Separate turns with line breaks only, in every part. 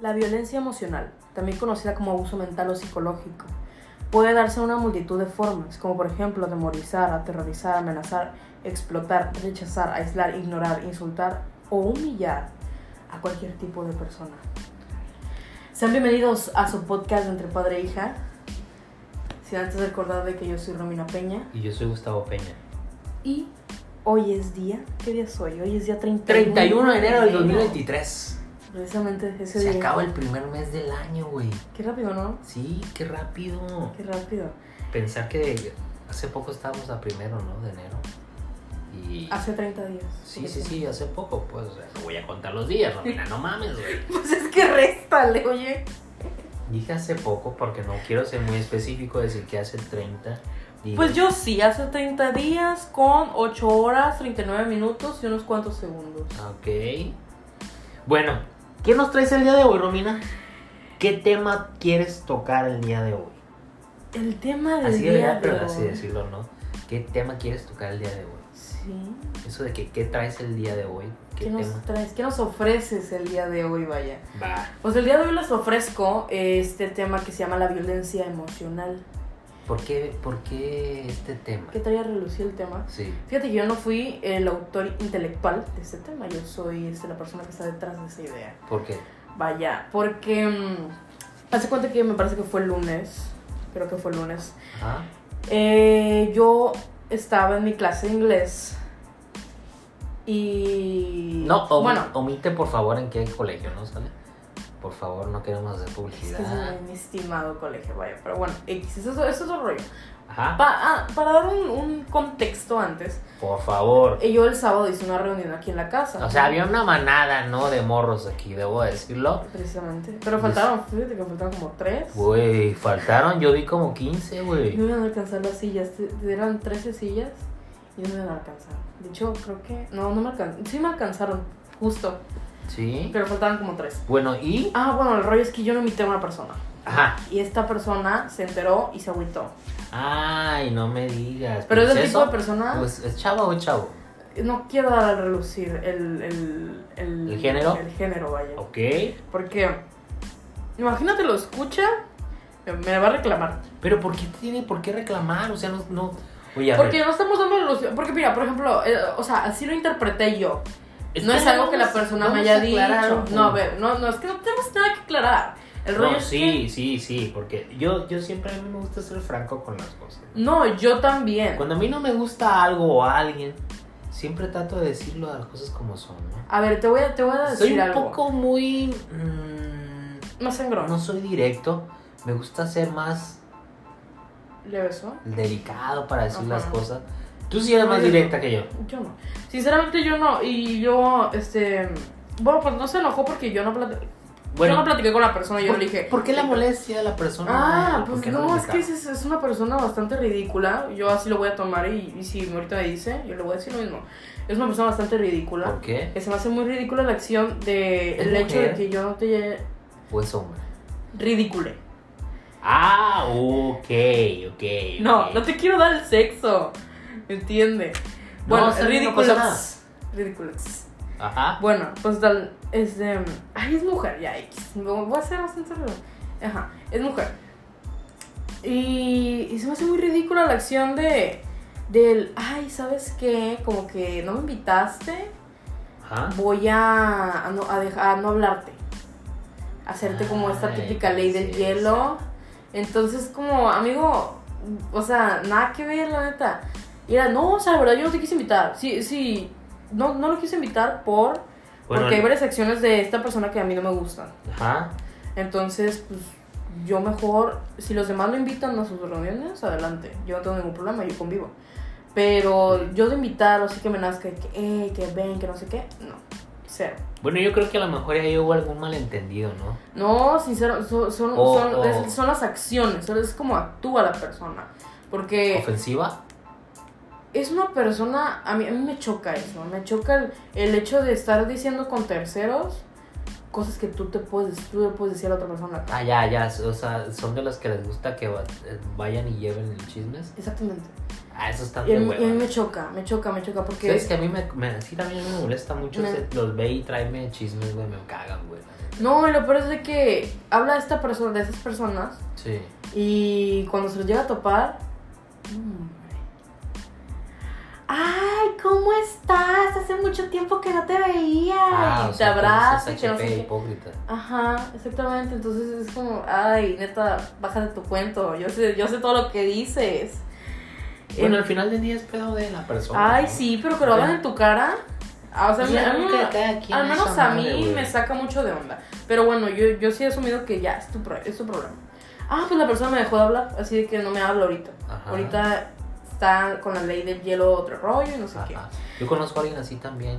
La violencia emocional, también conocida como abuso mental o psicológico, puede darse en una multitud de formas, como por ejemplo atemorizar, aterrorizar, amenazar, explotar, rechazar, aislar, ignorar, insultar o humillar a cualquier tipo de persona. Sean bienvenidos a su podcast entre padre e hija. Sin antes recordar de que yo soy Romina Peña
Y yo soy Gustavo Peña.
y hoy es día, ¿qué día soy? Hoy es día 31,
31 de enero del 2023.
Precisamente ese
Se
día.
acaba el primer mes del año, güey.
Qué rápido, ¿no?
Sí, qué rápido.
Qué rápido.
Pensar que hace poco estábamos a primero, ¿no? De enero. Y...
Hace 30 días.
Sí, sí, sí, hace poco. Pues o sea, no voy a contar los días, Romina, no mames, güey.
Pues es que réstale, oye.
Dije hace poco porque no quiero ser muy específico, decir que hace 30. y-
Pues yo sí, hace 30 días con 8 horas, 39 minutos y unos cuantos segundos.
Ok. Bueno, ¿qué nos traes el día de hoy, Romina? ¿Qué tema quieres tocar el día de hoy?
El tema del
Así
día
debería,
de
pero
hoy-
así decirlo, ¿no? ¿Qué tema quieres tocar el día de hoy?
Sí.
Eso de que qué traes el día de hoy, qué,
¿Qué, nos
tema.
traes? ¿Qué nos ofreces el día de hoy, vaya?
Va.
Pues el día de hoy les ofrezco este tema que se llama la violencia emocional.
¿Por qué, por qué este tema?
¿Qué trae a relucir el tema?
Sí.
Fíjate que yo no fui el autor intelectual de este tema, yo soy este, la persona que está detrás de esa idea.
¿Por qué?
Vaya, porque mm, hace cuenta que me parece que fue el lunes, creo que fue el lunes,
Ajá.
Eh, yo estaba en mi clase de inglés y...
No, omi-
bueno,
omite por favor en qué colegio, ¿no? ¿Sale? Por favor, no queremos
es
hacer
que es
publicidad.
mi estimado colegio, vaya, pero bueno, X, eso, eso es otro rollo.
Ajá.
Pa- ah, para dar un, un contexto antes,
Por favor.
eh, yo el sábado hice una reunión aquí en la casa.
O sea, había una manada, ¿no? De morros aquí, debo decirlo.
Precisamente, pero faltaron, fíjate que faltaron como tres.
Güey, faltaron, yo vi como 15,
No
güey.
me iban a alcanzar las sillas, te- te eran 13 sillas y no me iban a alcanzar. De hecho, creo que... No, no me alcanzaron. Sí me alcanzaron, justo,
Sí.
pero faltaron como tres.
Bueno, y...
Ah, bueno, el rollo es que yo no invité a una persona.
Ajá.
Y esta persona se enteró y se agüitó.
Ay, no me digas.
Pero es
¿Pues
el tipo
eso?
de persona.
Pues, ¿es chava o chavo?
no quiero dar a relucir el, el,
¿El género?
El género, vaya.
Ok.
Porque. Imagínate, lo escucha. Me, me va a reclamar.
Pero ¿por qué tiene por qué reclamar? O sea, no... no... Oye, a
Porque
ver,
no estamos dando relucir. Porque, mira, por ejemplo, eh, o sea, así lo interpreté yo. No
espera,
es algo
vamos-
que la persona me
vamos
haya
a aclarar
dicho.
un punto.
No, a ver, no, no, es que no tenemos nada que aclarar. El rollo
No,
es
sí, sí, sí, porque yo, yo siempre a mí me gusta ser franco con las cosas.
que- No, yo también.
Cuando a mí no me gusta algo o alguien, siempre trato de decirlo a las cosas como son, ¿no?
A ver, te voy a, te voy a decir
Soy un
algo.
poco muy... mm,
Más sangrón.
no soy directo, me gusta ser más
¿Le besó?
delicado para decir
Ajá.
las cosas. Tú sí eres
No,
más
yo no.
directa que yo.
Yo no. Sinceramente yo no. Y yo, este... Bueno, pues no se enojó porque yo no, plati- yo no platiqué con la persona. Yo
¿por,
le dije...
¿por qué la molestia de la persona?
Ah,
¿Por
pues
qué
no,
le
es que
gritaba?
es, es una persona bastante ridícula. Yo así lo voy a tomar y, y si ahorita me dice, yo le voy a decir lo mismo. Es una persona bastante ridícula.
¿Por qué?
Que se me hace muy ridícula la acción de
¿Es
el hecho de
mujer?
que yo no te
¿O es hombre?
ridicule.
Ah, ok, ok.
No,
ok.
no te quiero dar el sexo. ¿Entiende?
No,
Bueno,
está bien, no
ridículos.
pasa nada.
ridículos.
Ajá.
Bueno, pues tal, es de... Ay, es mujer, ya, X. Lo Voy a hacer bastante raro. Ajá, es mujer. Y, y se me hace muy ridícula la acción de... Del, ay, ¿sabes qué? Como que no me invitaste,
Ajá.
voy a, a no, a dejar, a no hablarte. Hacerte como esta
Ay, pues
típica ley del
sí,
hielo. Entonces, como, amigo, o sea, nada que ver, la neta. Y era, no, o sea, la verdad, yo no te quise invitar. Sí, sí, no, no lo quise invitar por
Bueno,
porque hay varias acciones de esta persona que a mí no me gustan.
Ajá.
Entonces, pues yo mejor, si los demás lo invitan a sus reuniones, adelante. Yo no tengo ningún problema, yo convivo. Pero yo de invitar, así que me nazca, que, eh, que ven, que no sé qué, no, cero.
Bueno, yo creo que a lo mejor ahí hubo algún malentendido, ¿no?
No, sincero, son, son,
O-
son,
o-
es- son las acciones, es como actúa la persona. Porque
¿Ofensiva?
es una persona, a mí, a mí me choca eso, me choca el, el hecho de estar diciendo con terceros cosas que tú te puedes, tú le puedes decir a la otra persona.
Ah, ya, ya. O sea, son de los que les gusta que va- eh, vayan y lleven chismes.
Exactamente.
Ah, eso está
Y a
de
mí, y a mí
hueva.
me choca, me choca, me choca porque...
¿Sabes que a mí me, me- sí también me molesta mucho?
Me-
ese- los ve y tráeme chismes, güey, me cagan, güey.
No, y lo peor es de que habla de esta persona, de esas personas
Sí.
y cuando se los llega a topar... hombre. Ay, ¿cómo estás? Hace mucho tiempo que no te veía.
Ah,
y
o
te
sea, pues,
abraza y
es
que no sé
HP
qué.
hipócrita.
Ajá, exactamente. Entonces es como, ay, neta, bájate tu cuento. Yo sé, yo sé todo lo que dices.
Bueno,
Eh,
al final del día es pedo de la persona.
ay,
¿no?
sí, pero que lo hagan en tu cara. Ah, o sea,
Ya,
a mí-
que cada quien
al
es
menos a
amable,
mí
güey.
me saca mucho de onda. Pero bueno, yo, yo sí he asumido que ya, es tu, pro- es tu problema. Ah, pues la persona me dejó de hablar, así de que no me habla ahorita.
Ajá.
Ahorita está con la ley del hielo otro rollo y no sé qué.
Ajá. Yo conozco a alguien así también,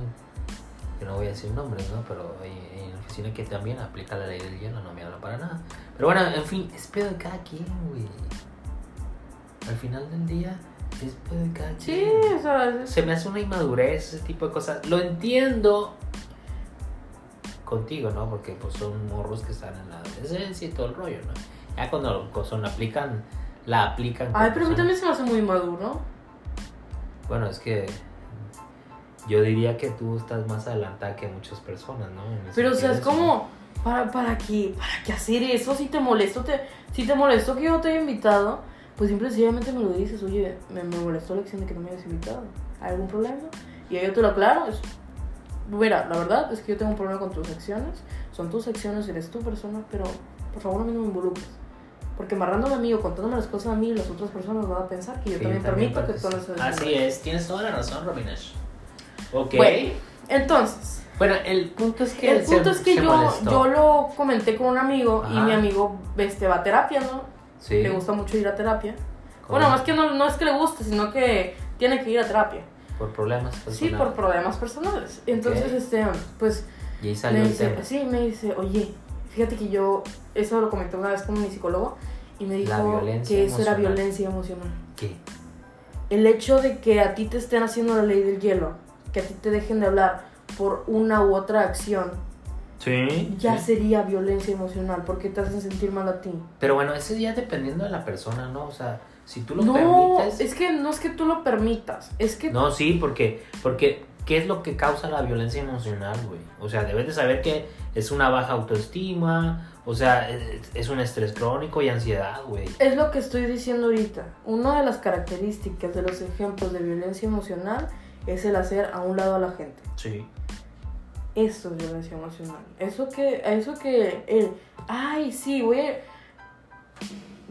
que no voy a decir nombres, ¿no? Pero hay, hay una oficina que también aplica la ley del hielo, no me habla para nada. Pero bueno, en fin, es pedo de cada quien, güey. Al final del día, es pedo de cada
Sí,
quien.
o sea, es-
Se me hace una inmadurez, ese tipo de cosas. Lo entiendo contigo, ¿no? Porque pues son morros que están en la adolescencia y todo el rollo, ¿no? Ya cuando lo- son, aplican, la aplican.
Ay,
cuando
pero a mí
son-
también se me hace muy maduro.
bueno, es que yo diría que tú estás más adelantada que muchas personas, ¿no? En ese
Pero o sea, es
sentido,
como, ¿para, para qué? ¿Para qué hacer eso? Si te molesto, te, si te molestó que yo te haya invitado, pues simple y sencillamente me lo dices, oye, me, me molestó la acción de que no me hayas invitado. ¿Hay algún problema? Y ahí yo te lo aclaro. es- mira, la verdad es que yo tengo un problema con tus acciones. Son tus acciones, eres tu persona, pero por favor a mí no me involucres. Porque amarrándome a mí o contándome las cosas a mí, las otras personas van a pensar que yo
sí,
también, permito que
partes-
tú las
Así es, tienes toda la razón, Robinash. Ok.
Bueno.
Bueno,
Entonces,
el punto es que
El
él se-
punto es que
se
yo,
molestó.
yo lo comenté con un amigo y
Ajá.
mi amigo este, va a terapia, ¿no?
Sí.
Le gusta mucho ir a terapia.
con-
Bueno, más que no, no es que le guste, sino que tiene que ir a terapia.
Por problemas
Sí,
personales.
por problemas personales. Entonces,
Pues Ok.
este, pues
Y ahí
me
salió el
dice,
tema.
sí, me dice, oye, fíjate que yo, eso lo comenté una vez con mi psicólogo y me
La
dijo
violencia
que eso era
emocional.
violencia emocional.
¿Qué?
El hecho de que a ti te estén haciendo la ley del hielo, que a ti te dejen de hablar por una u otra acción,
Sí.
ya sería violencia emocional porque te hacen sentir mal a ti.
Pero bueno, eso ya dependiendo de la persona, ¿no? O sea, si tú lo
No,
permites.
es que no es que tú lo permitas, es que
No, sí, porque, porque ¿qué es lo que causa la violencia emocional, güey? O sea, debes de saber que es una baja autoestima, o sea, es, es un estrés crónico y ansiedad, güey.
es lo que estoy diciendo ahorita. Una de las características de los ejemplos de violencia emocional es el hacer a un lado a la gente.
Sí.
Eso es violencia emocional. Eso que, eso que el, ay, sí, güey.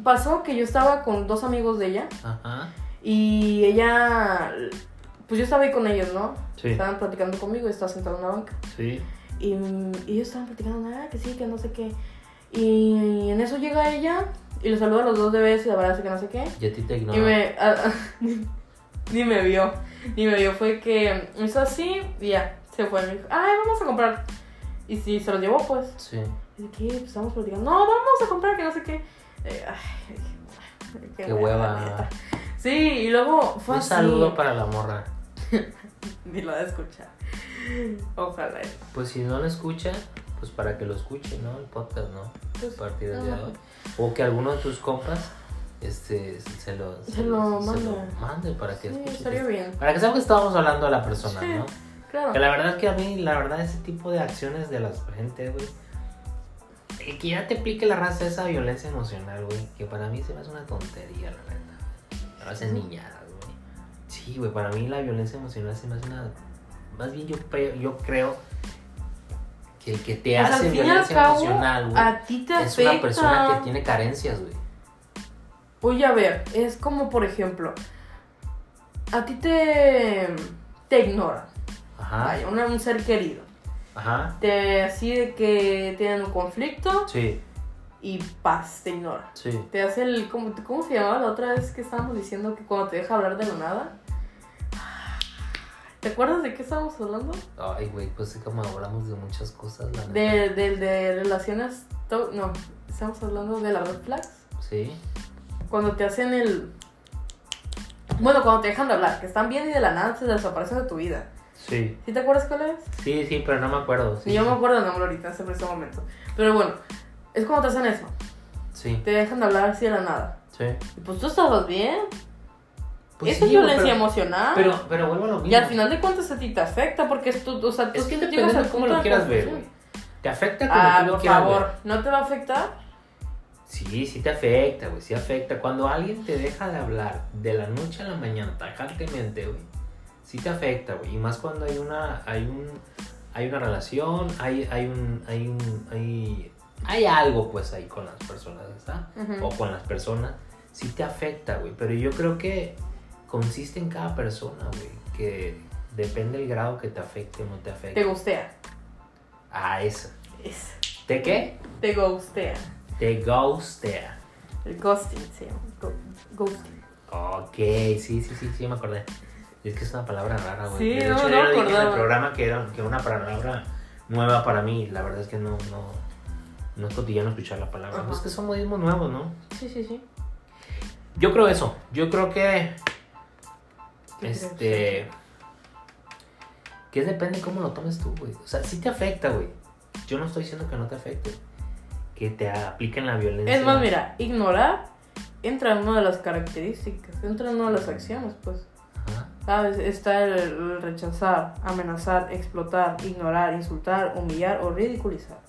Pasó que yo estaba con dos amigos de ella
Ajá.
y ella, pues yo estaba ahí con ellos, ¿no?
Sí.
Estaban platicando conmigo y estaba sentado en una banca.
Sí.
Y, y ellos estaban platicando, nada, que sí, que no sé qué. Y en eso llega ella y le saluda a los dos de vez y la abraza que no sé qué.
Y a ti te ignoro.
Y me. a- ni, ni me vio. Ni me vio. Fue que me hizo así y ya. Se fue. Me dijo, ay, vamos a comprar. Y sí, se los llevó pues.
Sí.
Y de que, pues estamos platicando. No, vamos a comprar, que no sé qué. Eh, ay, dije,
Qué
la neta.
hueva.
Sí, y luego fue
Un
así.
saludo para la morra.
Ni lo va a escuchar. Ojalá.
Pues si no lo escucha, pues para que lo escuche, ¿no? El podcast, ¿no?
Pues,
A partir del día de
ajá.
hoy. O que alguno de tus compas este, se lo,
Se lo
lo
mande.
mande para que
Sí,
escuche.
estaría bien.
Para que sepan que estábamos hablando de la persona,
Sí.
¿no?
Claro.
Que la verdad que a mí, la verdad, ese tipo de acciones de la gente, güey. y Que ya te aplique la raza esa violencia emocional, güey. Que para mí se me hace una tontería, la neta. La hace niñadas, güey. Sí, güey, para mí la violencia emocional se me hace una. Más bien yo, pe- yo creo que el que te
O sea,
hace
Pues, al fin y al
violencia
cabo,
emocional, güey.
A ti te
Es
afecta.
una persona que tiene carencias, güey.
Oye, a ver, es como por ejemplo, a ti te te ignora,
Ajá.
vaya, una- un ser querido.
Ajá.
Te así de que tienen un conflicto
Sí,
y paz, te ignora.
sí.
Te hace el ¿cómo, cómo se llamaba la otra vez que estábamos diciendo que cuando te deja hablar de la nada? ¿Te acuerdas de qué estábamos hablando?
Ay, güey, pues es como hablamos de muchas cosas, la neta.
De, de, de relaciones to- no, estamos hablando de las red flags.
Sí.
Cuando te hacen el bueno, cuando te dejan de hablar, que están bien y de la nada se desaparecen de tu vida.
Sí.
¿Sí te acuerdas cuál es?
Sí, sí, pero no me acuerdo. Sí,
Ni yo
sí.
me acuerdo el nombre ahorita, en este momento. Pero bueno, es cuando te hacen eso.
Sí,
Te dejan de hablar así de la nada.
sí.
Y pues tú estabas bien.
Pues
Eso
sí,
es
güey,
violencia
pero-
emocional.
Pero, pero vuelvo a lo mismo.
"Ah". y al final pues, de cuentas a ti te afecta porque es tu, o sea, tú
Es que
llegas
depende
al
de cómo
punto
lo
de
quieras ver, güey.
conclusión.
Te afecta como
Ah,
tú lo
por
quieras
favor,
ver.
¿no te va a afectar?
Sí, sí te afecta, güey, sí afecta. Cuando alguien te deja de hablar de la noche a la mañana tajantemente, güey, sí te afecta, güey. Y más cuando hay una, hay un, hay una relación, hay, hay un, hay un, hay, hay algo, pues, ahí con las personas, ¿está?
Ujú.
O con las personas, sí te afecta, güey. Pero yo creo que consiste en cada persona, güey, que depende el grado que te afecte o no te
Te
afecte.
gustea.
Ah, eso.
Es-
¿Te qué?
Te ghostea.
Te ghostea.
El ghosting, sí. go- Ghosting.
Ok, sí, sí, sí, sí, me acordé. Es que es una palabra rara, güey.
Sí,
De
no,
hecho,
no
yo
me
lo dije en el
acordaba.
programa que era que era una palabra nueva para mí. La verdad es que no, no, no es cotidiano escuchar la palabra.
Ajá.
No, Es que son modismos nuevos, ¿no?
Sí, sí, sí.
Yo creo eso. Yo creo que.
¿Qué
Este. Que depende cómo lo tomes tú, güey. O sea, sí te afecta, güey. Yo no estoy diciendo que no te afecte. Que te apliquen la violencia.
Es más, mira, ignorar entra en una de las características, entra en una de las acciones, pues.
Ajá.
¿Sabes? Está el, el rechazar, amenazar, explotar, ignorar, insultar, humillar o ridiculizar.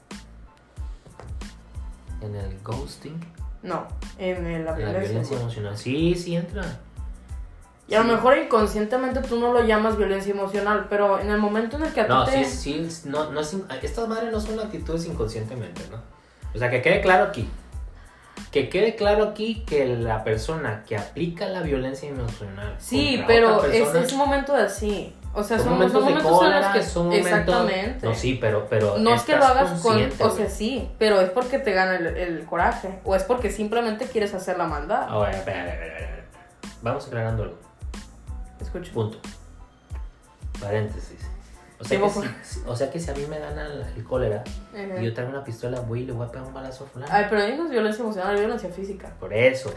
En el ghosting.
No, en, eh, la
en la
violencia.
violencia emocional. Sí, sí entra.
Y a lo
Sí.
mejor inconscientemente tú no lo llamas violencia emocional, pero en el momento en el que a ti
No,
te...
sí, sí, es- no, no es in- estas madres no son actitudes inconscientemente, ¿no? O sea, que quede claro aquí. Que quede claro aquí que la persona que aplica la violencia emocional.
Sí,
contra
pero
otra
es,
persona,
es un momento de así. O sea,
son
son,
momentos
son
de
momentos en los
cólera,
que...
son momentos.
Exactamente.
No, sí, pero. pero
No es que lo
estás
hagas con...
consciente,
O
güey.
sea, sí, pero es porque te gana el, el coraje. O es porque simplemente quieres hacer la maldad.
Ahora, espera, espera, espera, espera. Vamos aclarando algo. Ah,
Escucho.
Punto. Paréntesis. O sea,
Sí,
que
por
si, si- o sea que si a mí me dan el, el cólera
Ajá.
y yo traigo una pistola, voy y le voy a pegar un balazo a fulano.
Eh, Ay, pero ahí no es violencia emocional, es violencia física.
Por eso.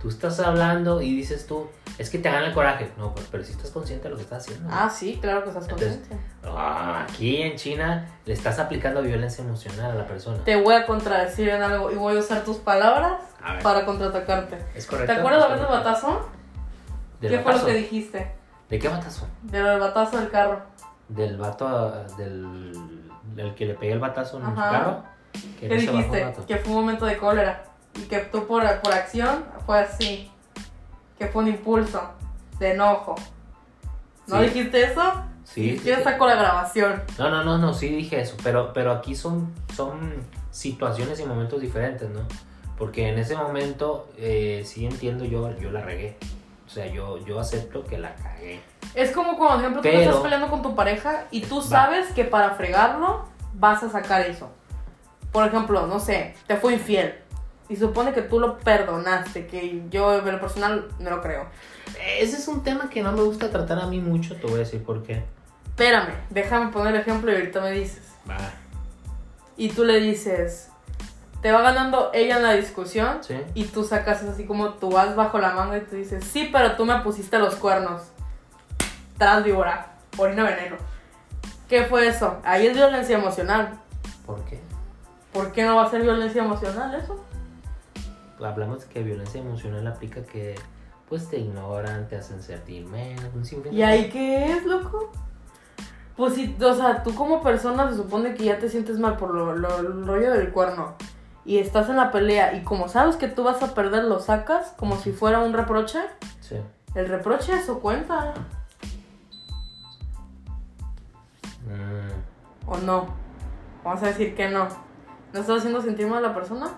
Tú estás hablando y dices tú, es que te gana el coraje. No, pues, pero si estás consciente de lo que estás haciendo.
Ah, sí, claro que estás
Entonces-
consciente.
Ah, aquí en China le estás aplicando violencia emocional a la persona.
Te voy a contradecir en algo y voy a usar tus palabras
A ver,
para contraatacarte.
¿es
¿Te
correcto?
acuerdas
¿Es
la vez del
correcto?
batazón?
¿Del
¿Qué fue lo
batazo?
que dijiste?
¿De qué batazo?
De lo del batazo del carro.
Del vato, ah, del, del que le pegué el batazo en el
Ajá.
carro. Que
¿Qué
no se bajó el
dijiste?
vato.
Que fue un momento de cólera. Y que tú por, por acción fue así. Que fue un impulso de enojo. ¿No
Sí.
dijiste eso?
Sí, sí,
Yo
sí.
saco la grabación.
No, no, no, no, sí dije eso, pero, pero aquí son, son situaciones y momentos diferentes, ¿no? Porque en ese momento eh, sí entiendo yo, yo la regué. O sea, yo, yo acepto que la cagué.
Es como cuando, por ejemplo, tú
Pero-
estás peleando con tu pareja y tú
Va.
sabes que para fregarlo vas a sacar eso. Por ejemplo, no sé, te fue infiel. Y supone que tú lo perdonaste, que yo en lo personal no lo creo.
Ese es un tema que no me gusta tratar a mí mucho, te voy a decir por qué.
Espérame, déjame poner el ejemplo y ahorita me dices.
Va.
Y tú le dices, te va ganando ella en la discusión
¿Sí?
y tú sacas así como tú vas bajo la manga y tú dices, sí, pero tú me pusiste los cuernos. Tras víbora, orina veneno. ¿Qué fue eso? Ahí es violencia emocional.
¿Por qué?
¿Por qué no va a ser violencia emocional eso?
Hablamos que violencia emocional aplica que pues te ignoran, te hacen sentir menos, un sinfín de
¿Y ahí qué es, loco? Pues sí, o sea, tú como persona se supone que ya te sientes mal por lo, lo- el rollo del cuerno. Y estás en la pelea y como sabes que tú vas a perder, lo sacas como si fuera un reproche.
cosas. Sí.
El reproche eso cuenta,
Mm.
¿o no? Vamos a decir que no. ¿No estás haciendo sentir mal a la persona?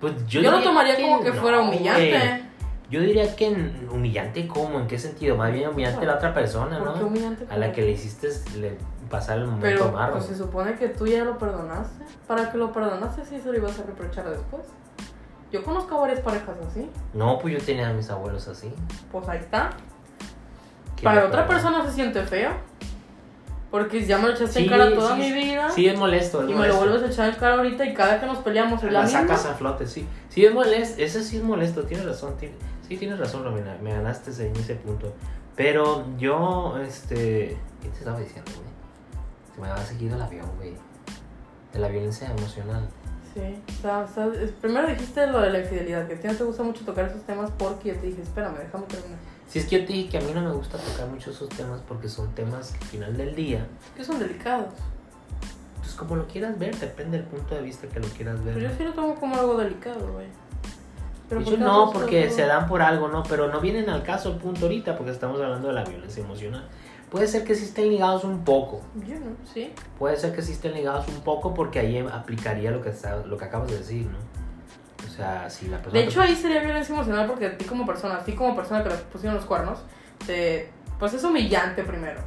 Pues yo,
Yo, lo
diría
tomaría como que
no,
fuera
güey.
humillante.
Yo diría que en- humillante, ¿cómo? ¿En qué sentido? Más bien humillante a la otra persona,
¿Por qué
¿no?
humillante?
A la que le hiciste le pasar el momento
Pero
amargo.
pues, se supone que tú ya lo perdonaste. ¿Para que lo perdonaste si se lo ibas a reprochar después? Yo conozco a varias parejas así.
No, pues yo tenía a mis abuelos así.
Pues ahí está.
Que
Para
me
otra
perdonan.
persona se siente feo. Porque ya me lo echaste
Sí,
en cara toda
sí,
mi vida.
Sí, es molesto. Es
y me lo
molesto.
vuelves a echar en cara ahorita y cada que nos peleamos es la,
La
misma.
sacas a flote, sí. Sí, es molesto. Ese sí es molesto, tienes razón. tiene- sí, tienes razón, Romina. Me ganaste en ese punto. Pero yo, este. ¿Qué te estaba diciendo, güey? Se me había seguido el avión, güey. De la violencia emocional.
Sí, o sea, o sea, es- primero dijiste lo de la infidelidad, que a ti no te gusta mucho tocar esos temas porque yo te dije, espérame, déjame terminar.
Si es que yo te dije que a mí no me gusta tocar mucho esos temas porque son temas que al final del día,
Que son delicados.
pues como lo quieras ver, depende del punto de vista que lo quieras ver.
Pero yo sí lo tomo como algo delicado, güey.
De
por
hecho,
qué
no,
haces
porque
todo?
se dan por algo, ¿no? Pero no vienen al caso el punto ahorita porque estamos hablando de la violencia emocional. Puede ser que sí estén ligados un poco,
Yo no, sí.
puede ser que sí estén ligados un poco porque ahí em- aplicaría lo que, está- lo que acabas de decir, ¿no? O sea, si la persona...
De hecho, ahí sería violencia emocional porque a ti como persona, a ti como persona que le pusieron los cuernos, te, pues es humillante primero.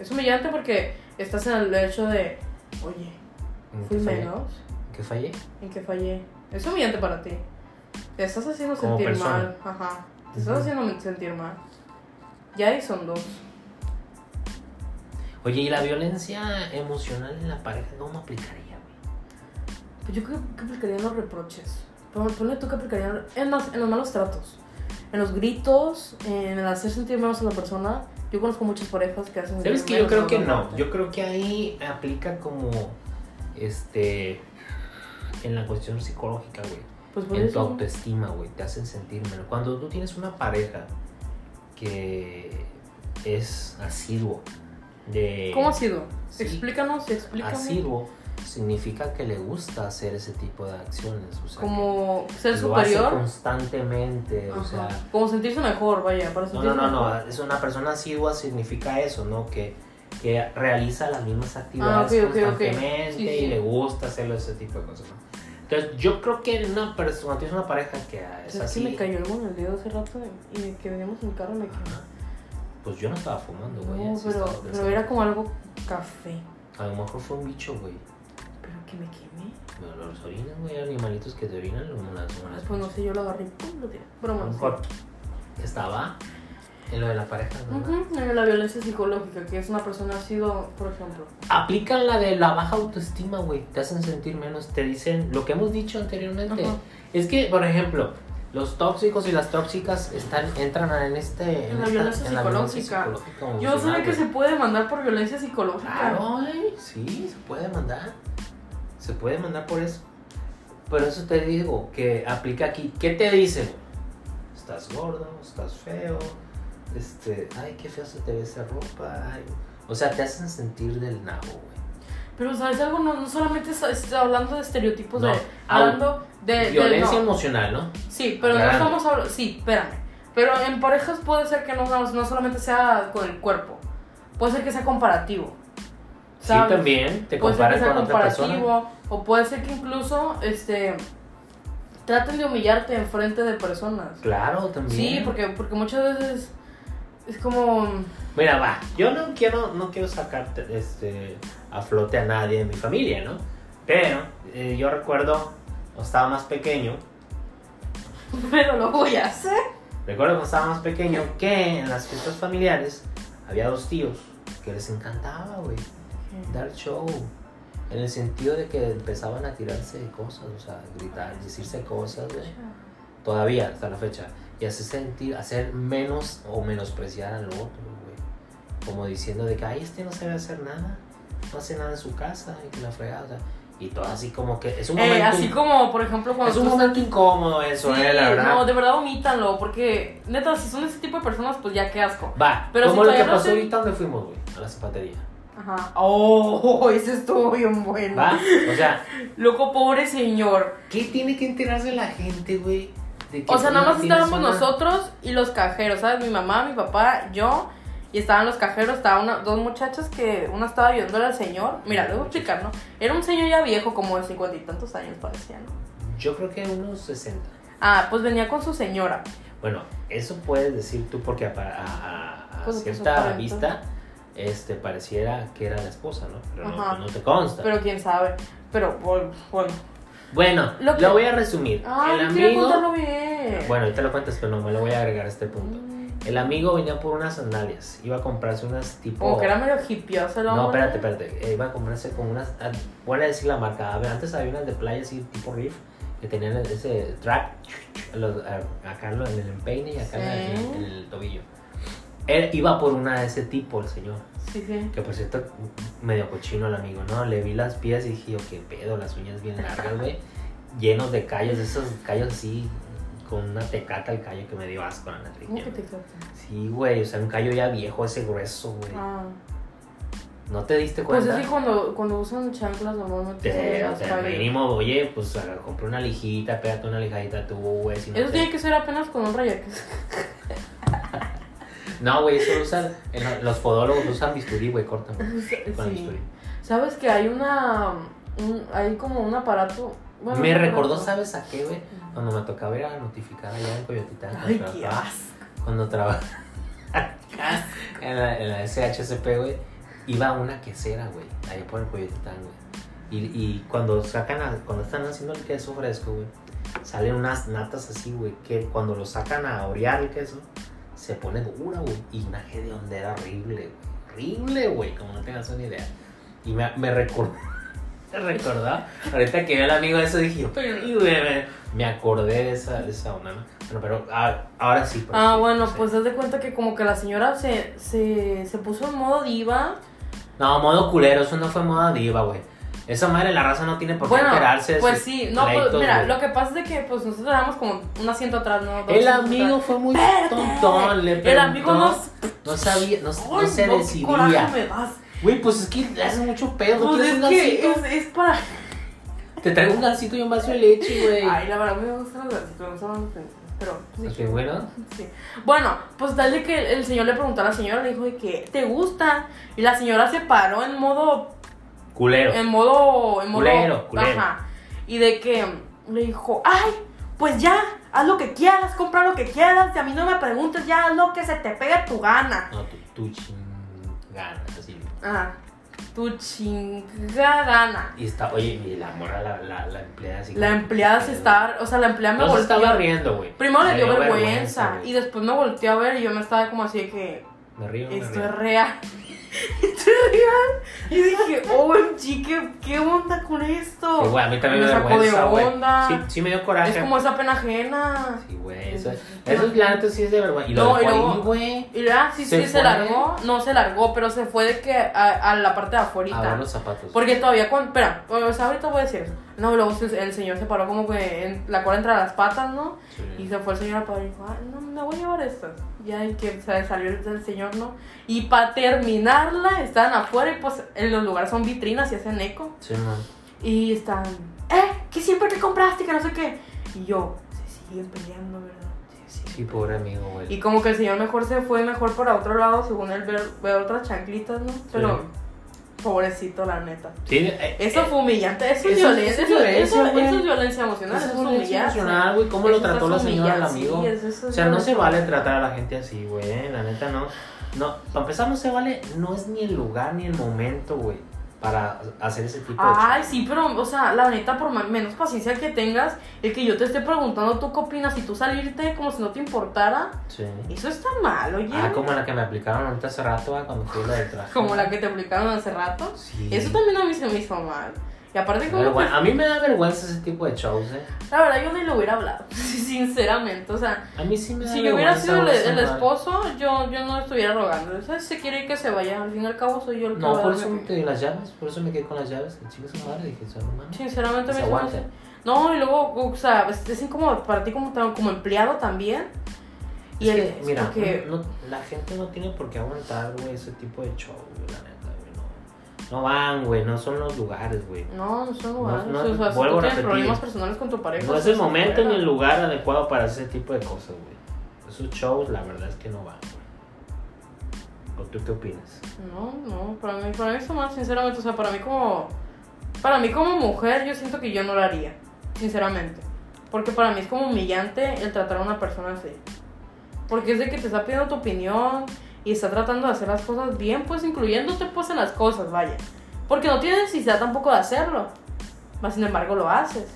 Es humillante porque estás en el hecho de, oye,
¿En
fui
qué fallé?
menos,
¿Qué fallé?
en que fallé. Es humillante para ti. Te estás haciendo
Como
sentir
persona.
mal. Ajá. Te estás
Ujú.
haciendo sentir mal. Ya ahí son dos.
Oye, ¿y la violencia emocional en la pareja cómo aplicaría, güey?
Pues yo creo que aplicarían los reproches. Pon- Ponle tú que aplicarían en los, en los malos tratos, en los gritos, en el hacer sentir menos a la persona. Yo conozco muchas parejas que hacen.
¿Sabes
sentir
que yo creo
menos
que
a la
no?
otra.
Yo creo que ahí aplica como, este, en la cuestión psicológica, güey.
Pues por
en tu
eso.
autoestima, güey, te hacen sentir mal. Cuando tú tienes una pareja que es asiduo, de...
¿Cómo ha sido?
Sí.
Explícanos, explícame.
Asiduo significa que le gusta hacer ese tipo de acciones, o sea,
Como
que
ser
lo hace
superior.
constantemente, o
Ajá.
sea...
Como sentirse mejor, vaya, para
No,
sentirse
no, no,
mejor.
no, es una persona asidua significa eso, ¿no? Que, que realiza las mismas
Ah,
actividades
ok, ok, ok.
constantemente
Sí, sí.
y le gusta hacerlo ese tipo de cosas, ¿no? Entonces, yo creo que una persona, tienes una pareja que es
Es que
así...
me cayó algo en el dedo hace rato y de que veníamos en el carro me cayó.
Ajá. Pues yo no estaba fumando, güey.
No,
así
pero,
estaba
pero
pensando.
era como algo café.
A lo mejor fue un bicho, güey.
Pero que me quemé.
Bueno, Los orinas, güey, animalitos que te orinan, lo- como las como las-
Pues no sé, yo lo agarré y pum, lo tiré.
A
Broma.
lo
sí.
mejor estaba en lo de la pareja, ¿no?
Ujú, en La violencia psicológica, que es una persona ha sido, por ejemplo,
Aplican la de la baja autoestima, güey. Te hacen sentir menos, te dicen lo que hemos dicho anteriormente.
Ajá.
Es que, por ejemplo, los tóxicos y las tóxicas están entran en este
En la
esta-
violencia
en la violencia
psicológica.
psicológica
yo
emocional,
sé que
güey.
se puede mandar por violencia psicológica.
Claro, güey, sí, se puede mandar. Se puede mandar por eso. Pero eso te digo, que aplica aquí. ¿Qué te dicen? Estás gordo, estás feo, este, ay, qué feo se te ve esa ropa. ay. O sea, te hacen sentir del nabo, güey.
Pero, ¿sabes algo? No, no solamente es- es hablando de estereotipos,
No,
pues, de, hablando de. de-
Violencia
no.
emocional, ¿no?
Sí, pero no
Grande.
estamos hablando. Sí, espérame. Pero en parejas puede ser que no, no solamente sea con el cuerpo, puede ser que sea comparativo. ¿sabes?
Sí, también te
puede ser que
comparas
sea
con otra persona.
comparativo o puede ser que incluso este traten de humillarte en frente de personas.
Claro, también.
Sí, porque porque muchas veces es como
Mira, va, yo no quiero, no quiero sacarte este, a flote a nadie de mi familia, ¿no? Pero eh, yo recuerdo, cuando estaba más pequeño,
pero lo voy a hacer.
recuerdo cuando estaba más pequeño que en las fiestas familiares había dos tíos que les encantaba, güey, dar show. En el sentido de que empezaban a tirarse de cosas, o sea, gritar, decirse cosas, güey. Todavía, hasta la fecha. Y hacer sentir, hacer menos o menospreciar al otro, güey. Como diciendo de que, ay, este no sabe hacer nada. No hace nada en su casa y que la fregada. o sea, y todo así como que es un
Eh,
momento,
así como por ejemplo cuando
es un
tú
momento incómodo eso,
Sí,
eh, la verdad.
No, de verdad omítanlo porque neta si son ese tipo de personas pues ya qué asco.
Va,
Pero
como
si
lo que
todavía no
pasó
se-
ahorita donde fuimos, güey, a la zapatería.
Ajá. Oh, ese estuvo bien bueno.
Va, o sea,
Loco pobre señor.
¿qué tiene que enterarse la gente, güey? de que
O sea,
tú
nada más
tienes
estábamos
una-
nosotros y los cajeros, ¿sabes? Mi mamá, mi papá, yo. Y estaban los cajeros, estaban una- dos muchachas que una estaba ayudándole al señor. Mira, luego explicar, ¿no? Era un señor ya viejo, como de cincuenta y tantos años parecía, ¿no?
Yo creo que unos 60.
Ah, pues venía con su señora.
Bueno, eso puedes decir tú porque a, a- a-
Pues,
a
pues,
cierta
aparenta.
vista este, pareciera que era la esposa, ¿no? Pero no,
Ajá.
no te consta.
Pero quién sabe. Pero bueno. bueno.
bueno,
Lo
lo,
que-
voy a resumir.
Ah,
el
no quiero contarlo
amigo...
bien.
Bueno, ahorita lo cuentas, pero no me lo voy a agregar a este punto.
Mm.
El amigo venía por unas sandalias. Iba a comprarse unas tipo...
Como que era medio hippioso,
No, espérate, espérate. Eh, Iba a comprarse con unas... ah, Voy a decir la marca. A ver, antes había unas de playa así tipo riff que tenían ese track los- ah, acá en el empeine y acá en,
Sí.
el, en el tobillo. Él iba por una de ese tipo, el señor.
Sí, sí.
Que por cierto, medio cochino el amigo, ¿no? Le vi las pies y "Oh, dije, yo qué pedo, las uñas bien largas, güey. Llenos de callos, esos callos así con una tecata al callo que me dio asco, la neta.
¿Cómo que te capta?
Sí, güey, o sea, un callo ya viejo, ese grueso, güey.
Ah.
¿No te diste
Pues
cuenta?
es que cuando, cuando usan chanclas normalmente
Te-
se
Este, o
las
sea,
cabe.
mínimo, oye, pues haga- compra una lijita, pégate una lijadita tú, güey. Si no,
Eso
te-
tiene que ser apenas con un rayaques.
no, güey, eso lo usan. en- los podólogos usan bisturí, güey, cortan güey, con el bisturí.
Sí. ¿Sabes que hay una. un- hay como un aparato. bueno,
me
un
recordó,
aparato.
¿sabes a qué, güey? Cuando me tocaba ir a notificar allá en Coyotitán. cuando
Ay, qué
trabajaba-
asco.
Cuando trabajaba en la, en la SHCP, güey, iba a una quesera, güey, allá por el Coyotitán, güey. Y, y cuando sacan, a- cuando están haciendo el queso fresco, güey, salen unas natas así, güey, que cuando lo sacan a orear el queso, se pone dura, güey. Y una hedionda horrible, güey. Horrible, güey, como no tengas una idea. Y me, me recordó. me recordaba, ahorita que veo al amigo eso dije yo, pero y, güey, me, me acordé de esa, de esa onda, ¿no? Bueno, pero ah, ahora sí. pues,
Ah,
sí,
bueno,
sí.
pues haz de cuenta que como que la señora se, se, se puso en modo diva.
No, modo culero, eso no fue moda diva, güey. Esa madre, la raza no tiene por qué
bueno,
enterarse de
pues
sus
sí, no, pues
pleitos,
mira,
güey.
lo que pasa es de que pues nosotros éramos como un asiento atrás, ¿no? Dos
El
asientos
amigo fue muy
atrás.
tontón, le
El amigo
preguntó,
nos...
No sabía, no, no
Ay,
se
no, qué
decidía.
coraje me das.
Güey, pues es que hace mucho pedo. ¿no
Pues
quieres
es
un
que
gansito?
es, es para...
Te traigo un gansito y un vaso de leche, güey.
Ay, la verdad, me gustan las me gustan las princesas, pero... pues,
Ok, bueno.
Sí. Bueno, pues tal de que el, el señor le preguntó a la señora, le dijo de que te gusta. Y la señora se paró en modo.
Culero.
En modo. En modo
Culero, culero.
Ajá. Y de que mm, le dijo, ay, pues ya, haz lo que quieras, compra lo que quieras. Y a mí no me preguntes, ya haz lo que se te pegue a tu gana.
No, tu, tu chingada, así.
Ah, tu chingada gana.
Y está, oye, y la morra, la, la, la empleada así.
La
como-
empleada se estaba. O sea, la empleada me
No se
volteó.
estaba riendo, güey.
Primero le
Me
dio vergüenza.
güey.
y después me volteó a ver y yo me estaba como así de que.
Me río, me
Esto es
río.
real. Esto es real. Y dije, OMG, ¿qué, qué onda con
Sí,
esto?
güey, a mí también me
Oh, Me
dio
sacó de
vergüenza, güey.
onda.
Sí, sí me dio coraje.
es como esa pena ajena.
Sí, güey, eso, eso es la neta, sí es de vergüenza. Y lo
No, y
dejó ahí,
luego-
güey.
Y ya, sí,
Se
sí,
fue.
se largó. No se largó, pero se fue de que a, a la parte de
A ver
afuera.
los zapatos.
Porque todavía cuando. Espera, o sea, ahorita voy a decir eso. No, luego se- el señor se paró como que en la cola entre las patas, ¿no?
Sí.
Y se fue el señor a pagar y dijo, "Ah, no, me voy a llevar estas. Ya y que se salió el señor, ¿no? Y para terminarla, estaban afuera y pues en los lugares son vitrinas y hacen eco.
Sí, man.
Y están, eh, que siempre te compraste, que no sé qué. Y yo, se siguen peleando, ¿verdad? Sí, sí.
Sí, pues. pobre amigo, güey.
Y como que el señor mejor se fue mejor para otro lado, según él ver, ver otras chanclitas, ¿no? Pero, pobrecito, la neta.
Sí, eh,
Eso
eh,
fue humillante, eso, es
eso-
violencia,
eso es
eso, eso-
violencia,
eso
güey.
es violencia emocional,
eso
eso,
es
es
violencia
humillarse.
emocional, güey. ¿Cómo lo
Eso
trató
es
la señora al
humillar, sí,
amigo?
eso es
O sea, no se
violencia.
vale tratar a la gente así, güey. La neta, no. No, para empezar, no se vale. No es ni el lugar ni el momento, güey, para hacer ese tipo de.
Ay, sí, pero, o sea, la neta, por más- menos paciencia que tengas, el que yo te esté preguntando tú qué opinas y tú salirte como si no te importara,
Sí.
eso está mal, oye.
Ah, como la que me aplicaron ahorita hace rato, ah, cuando fui la del traje.
Como la que te aplicaron hace rato.
Sí.
Eso también a mí se me hizo mal. Y aparte, como
Vergüen-
que-
A mí me da vergüenza ese tipo de shows, eh.
la verdad, yo ni lo hubiera hablado, sinceramente. O sea,
A mí sí me da
si yo hubiera
vergüenza.
sido el,
güey, esa
el
madre.
esposo, yo, yo no estuviera rogando. O sea, si se quiere ir que se vaya, al fin y al cabo soy yo el que va
No,
a
por
darme
eso me
cuenta.
quedé las llaves, por eso me quedé con las llaves. El chico su madre, dije, son hermano.
Sinceramente,
Se
me hizo mal.
aguanta.
No, y luego, o sea, es, es incómodo para ti como, como empleado también. Y
Es
el,
que, mira,
porque-
no- la gente no tiene por qué aguantar, güey, ese tipo de show, güey, la neta, güey. No, no van, güey, no son los lugares, güey.
No, no son lugares.
no,
o sea, si
vuelvo
tú
a
tienes
repetir.
problemas personales con tu pareja.
No es
eso
el momento
fuera.
ni el lugar adecuado para ese tipo de cosas, güey. Esos shows, la verdad es que no van, güey. ¿O tú qué opinas?
No, no, para mí, para mí está mal, sinceramente. O sea, para mí como. Para mí como mujer, yo siento que yo no lo haría. Sinceramente. Porque para mí es como humillante el tratar a una persona así. Porque es de que te está pidiendo tu opinión y está tratando de hacer las cosas bien, pues incluyéndote pues en las cosas, vaya. Porque no tienes necesidad tampoco de hacerlo. Más sin embargo lo haces.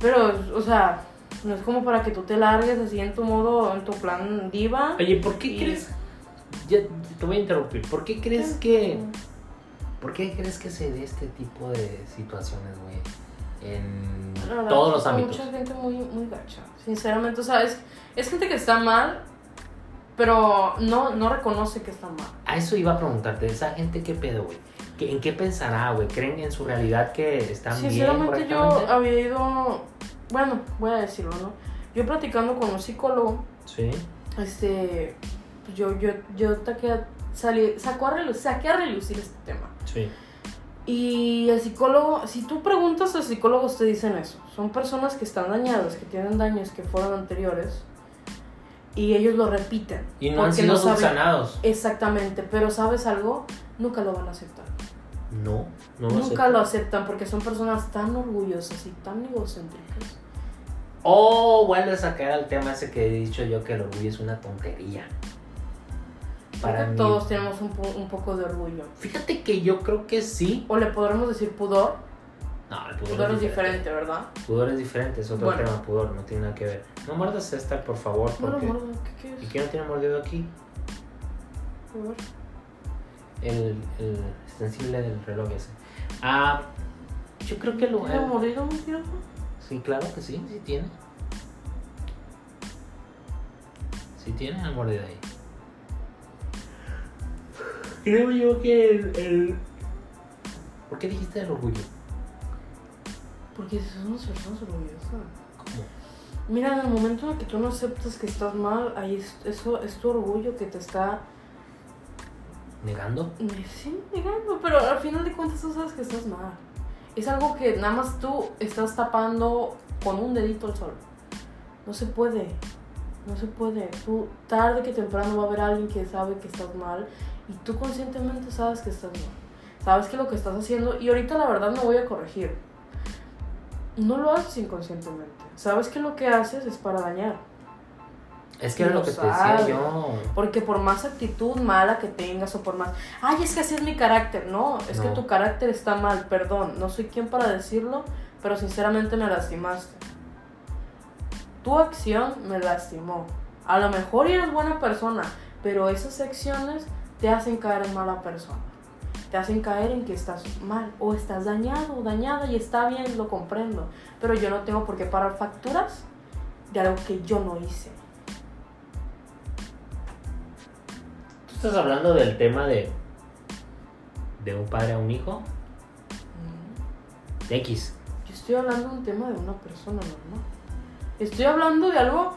Pero, o sea, no es como para que tú te largues así en tu modo, en tu plan diva.
Oye, ¿por qué
Y-
crees? Ya te voy a interrumpir. ¿Por qué crees que.? ¿Por qué crees que se dé este tipo de situaciones, güey? En
La verdad,
todos los
hay
ámbitos.
Mucha gente muy, muy gacha. Sinceramente, o sea, es, es gente que está mal, pero no, no reconoce que está mal.
A eso iba a preguntarte, ¿esa gente qué pedo, güey? ¿Qué- ¿En qué pensará, güey? ¿Creen en su realidad que están bien?
Sinceramente, yo ah,
correctamente?
había ido. Bueno, voy a decirlo, ¿no? Yo platicando con un psicólogo,
Sí.
este, pues, yo, yo, yo saqué, a- salí- sacó a relu- saqué a relucir este tema.
Sí.
Y el psicólogo, si tú preguntas a psicólogos, te dicen eso. Son personas que están dañadas, que tienen daños que fueron anteriores. Y ellos lo repiten.
Y no han
porque
sido
saben-
subsanados.
Exactamente, pero ¿sabes algo? Nunca lo van a aceptar.
No, no
Nunca
acepto.
lo aceptan porque son personas tan orgullosas y tan egocéntricas.
Oh, vuelve a sacar al tema ese que he dicho yo que el orgullo es una tontería.
Creo
Para
que
mí.
todos tenemos un, po- un poco de orgullo.
Fíjate que yo creo que sí.
O le podremos decir pudor.
No, el
Pudor es diferente, ¿verdad?
Pudor es diferente, es otro
Bueno.
tema, pudor, no tiene nada que ver. No muerdas esta, por favor,
No lo
porque...
muerdo, ¿qué
¿Y
quieres?
quién no tiene mordido aquí?
A ver.
El, el sensible del reloj ese. Ah, yo creo que lo...
¿Tiene mordido, mi tío?
Sí, claro que sí, sí tiene. Sí tiene el mordido ahí. Creo yo que el, el- ¿Por qué dijiste el orgullo?
Porque son unas personas orgullosas.
¿Cómo?
Mira, en el momento en el que tú no aceptas que estás mal, ahí es, eso es tu orgullo que te está
¿Negando?
me sí, negando, pero al final de cuentas tú sabes que estás mal. Es algo que nada más tú estás tapando con un dedito el sol. No se puede, no se puede. Tú tarde que temprano va a haber alguien que sabe que estás mal y tú conscientemente sabes que estás mal. Sabes que lo que estás haciendo, y ahorita la verdad no voy a corregir, no lo haces inconscientemente. Sabes que lo que haces es para dañar.
Es que era
Lo
lo que te
sabe.
decía yo.
Porque por más actitud mala que tengas o por más, ay, es que así es mi carácter, no, es que
No.
tu carácter está mal, perdón, no soy quien para decirlo, pero sinceramente me lastimaste. Tu acción me lastimó. A lo mejor eres buena persona, pero esas acciones te hacen caer en mala persona. Te hacen caer en que estás mal o estás dañado o dañada y está bien, lo comprendo. Pero yo no tengo por qué parar facturas de algo que yo no hice.
Tú estás hablando del tema de. de un padre a un hijo.
Mm.
De X.
Yo estoy hablando de un tema de una persona normal. Estoy hablando de algo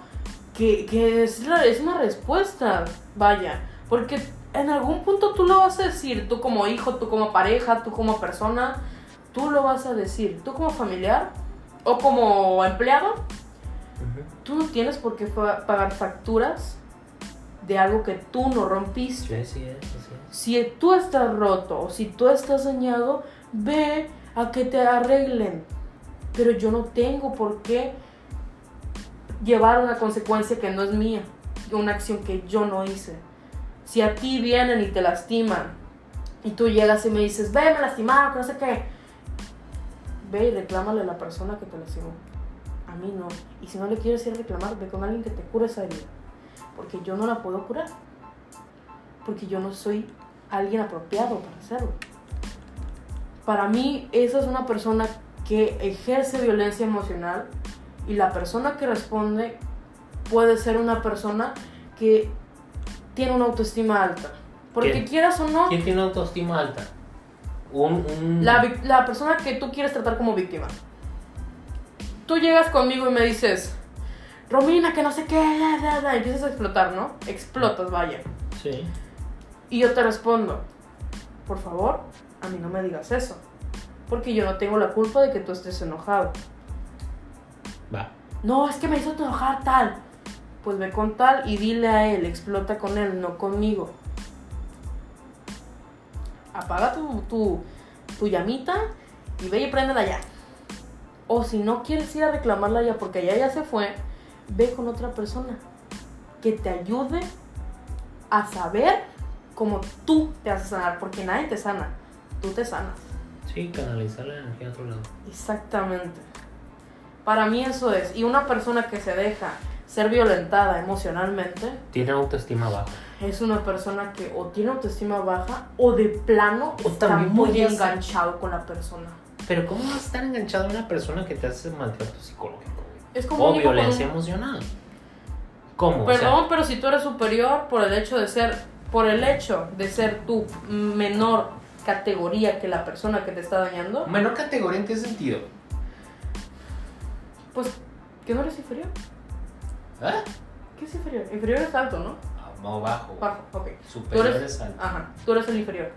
que, que es, la- es una respuesta, vaya. Porque en algún punto tú lo vas a decir, tú como hijo, tú como pareja, tú como persona, tú lo vas a decir, tú como familiar o como empleado, tú no tienes por qué fa- pagar facturas de algo que tú no rompiste
Sí, sí es, sí es.
si tú estás roto o si tú estás dañado, ve a que te arreglen. Pero yo no tengo por qué llevar una consecuencia que no es mía, una acción que yo no hice. Si a ti vienen y te lastiman y tú llegas y me dices, ve, me lastimaron, que no sé qué, ve y reclámale a la persona que te lastimó. A mí no. Y si no le quieres ir a reclamar, ve con alguien que te cure esa herida. Porque yo no la puedo curar. Porque yo no soy alguien apropiado para hacerlo. Para mí, esa es una persona que ejerce violencia emocional y la persona que responde puede ser una persona que tiene una autoestima alta. Porque
¿Quién?
quieras o no,
¿Quién tiene autoestima alta? Un. un...
la, vic- la persona que tú quieres tratar como víctima. Tú llegas conmigo y me dices, Romina, que no sé qué, da, da, da", y empiezas a explotar, ¿no? Explotas, vaya.
Sí.
Y yo te respondo, por favor, a mí no me digas eso, porque yo no tengo la culpa de que tú estés enojado.
Va.
No, es que me hizo enojar tal. Pues ve con tal y dile a él, explota con él, no conmigo. Apaga tu, tu, tu llamita y ve y préndela ya. O si no quieres ir a reclamarla ya porque allá ya se fue, ve con otra persona que te ayude a saber cómo tú te haces sanar, porque nadie te sana, tú te sanas.
Sí, canalizar la energía a otro lado.
Exactamente. Para mí eso es. Y una persona que se deja ser violentada emocionalmente
Tiene autoestima baja.
es una persona que o tiene autoestima baja o de plano
O
está
también
muy
podría ser-
enganchado con la persona.
Pero ¿cómo vas a estar enganchado a una persona que te hace maltrato psicológico? güey?
Es como
O
un hijo con
violencia
un-
emocional. ¿Cómo? O sea,
Perdón, pero si tú eres superior por el hecho de ser por el hecho de ser tu menor categoría que la persona que te está dañando,
menor categoría en qué sentido.
pues que no eres inferior.
¿Ah?
¿Qué es inferior? Inferior es alto, ¿no?
Ah, Más bajo.
Bajo, ok.
Superior
Tú eres- Ah.
es alto.
Ajá, tú eres el inferior.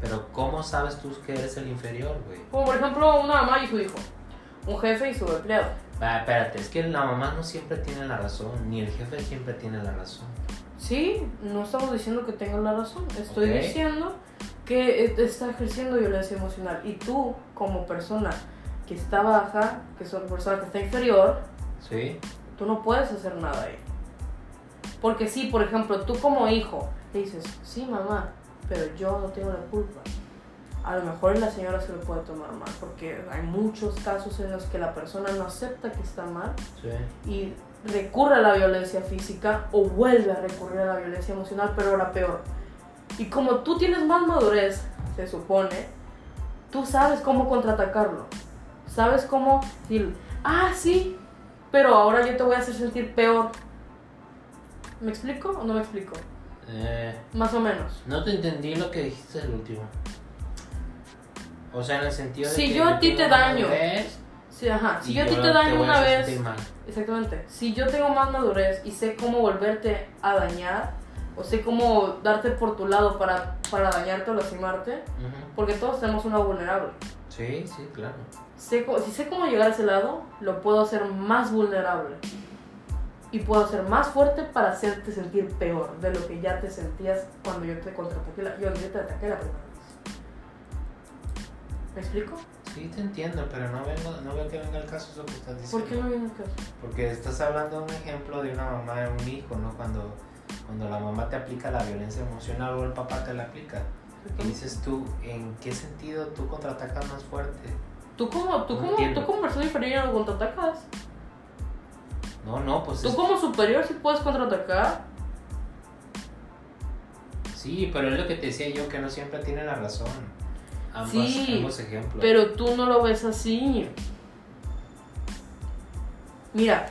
Pero ¿cómo sabes tú que eres el inferior, güey?
Como por ejemplo una mamá y su hijo. Un jefe y su empleado.
Va, espérate, es que la mamá no siempre tiene la razón, ni el jefe siempre tiene la razón.
Sí, no estamos diciendo que tengo la razón. Estoy
Ok.
diciendo que eh, está ejerciendo violencia emocional. Y tú, como persona que está baja, que es una persona que está inferior,
¿Sí?
tú no puedes hacer nada ahí. Porque sí, por ejemplo, tú como hijo le dices, sí, mamá, pero yo no tengo la culpa. A lo mejor la señora se lo puede tomar mal, porque hay muchos casos en los que la persona no acepta que está mal
Sí.
y recurre a la violencia física o vuelve a recurrir a la violencia emocional, pero ahora peor. Y como tú tienes más madurez, se supone, tú sabes cómo contraatacarlo. Sabes cómo decir, ah, sí, pero ahora yo te voy a hacer sentir peor. ¿Me explico o no me explico?
Eh,
Más o menos.
no te entendí lo que dijiste el último. O sea, en el sentido de
Si
que
yo a ti
tengo
te
una
daño,
vez
Sí, ajá. Si
y
yo a ti te
voy
daño
a
una vez...
sentir mal.
Exactamente. Si yo tengo más madurez y sé cómo volverte a dañar, o sé cómo darte por tu lado para, para dañarte o lastimarte,
Ujú.
porque todos tenemos una vulnerable.
Sí, sí, claro.
Sé co- si sé cómo llegar a ese lado, lo puedo hacer más vulnerable. Y puedo ser más fuerte para hacerte sentir peor de lo que ya te sentías cuando yo te contraataqué, la, yo, yo te ataqué la primera vez. ¿Me explico?
Sí, te entiendo, pero no, vengo, no veo que venga el caso eso que estás
¿Por
diciendo.
qué no viene el caso?
Porque estás hablando de un ejemplo de una mamá de un hijo, ¿no? Cuando, cuando la mamá te aplica la violencia emocional o el papá te la aplica. Y dices tú, ¿en qué sentido tú contraatacas más fuerte?
¿Tú como, tú
No
como,
entiendo.
tú como persona inferior no contraatacas?
No, no, pues
Tú
es-
como superior sí puedes contraatacar.
sí, pero es lo que te decía yo, que no siempre tiene la razón. Ambas,
Sí,
ambos ejemplos.
Pero tú no lo ves así. Mira,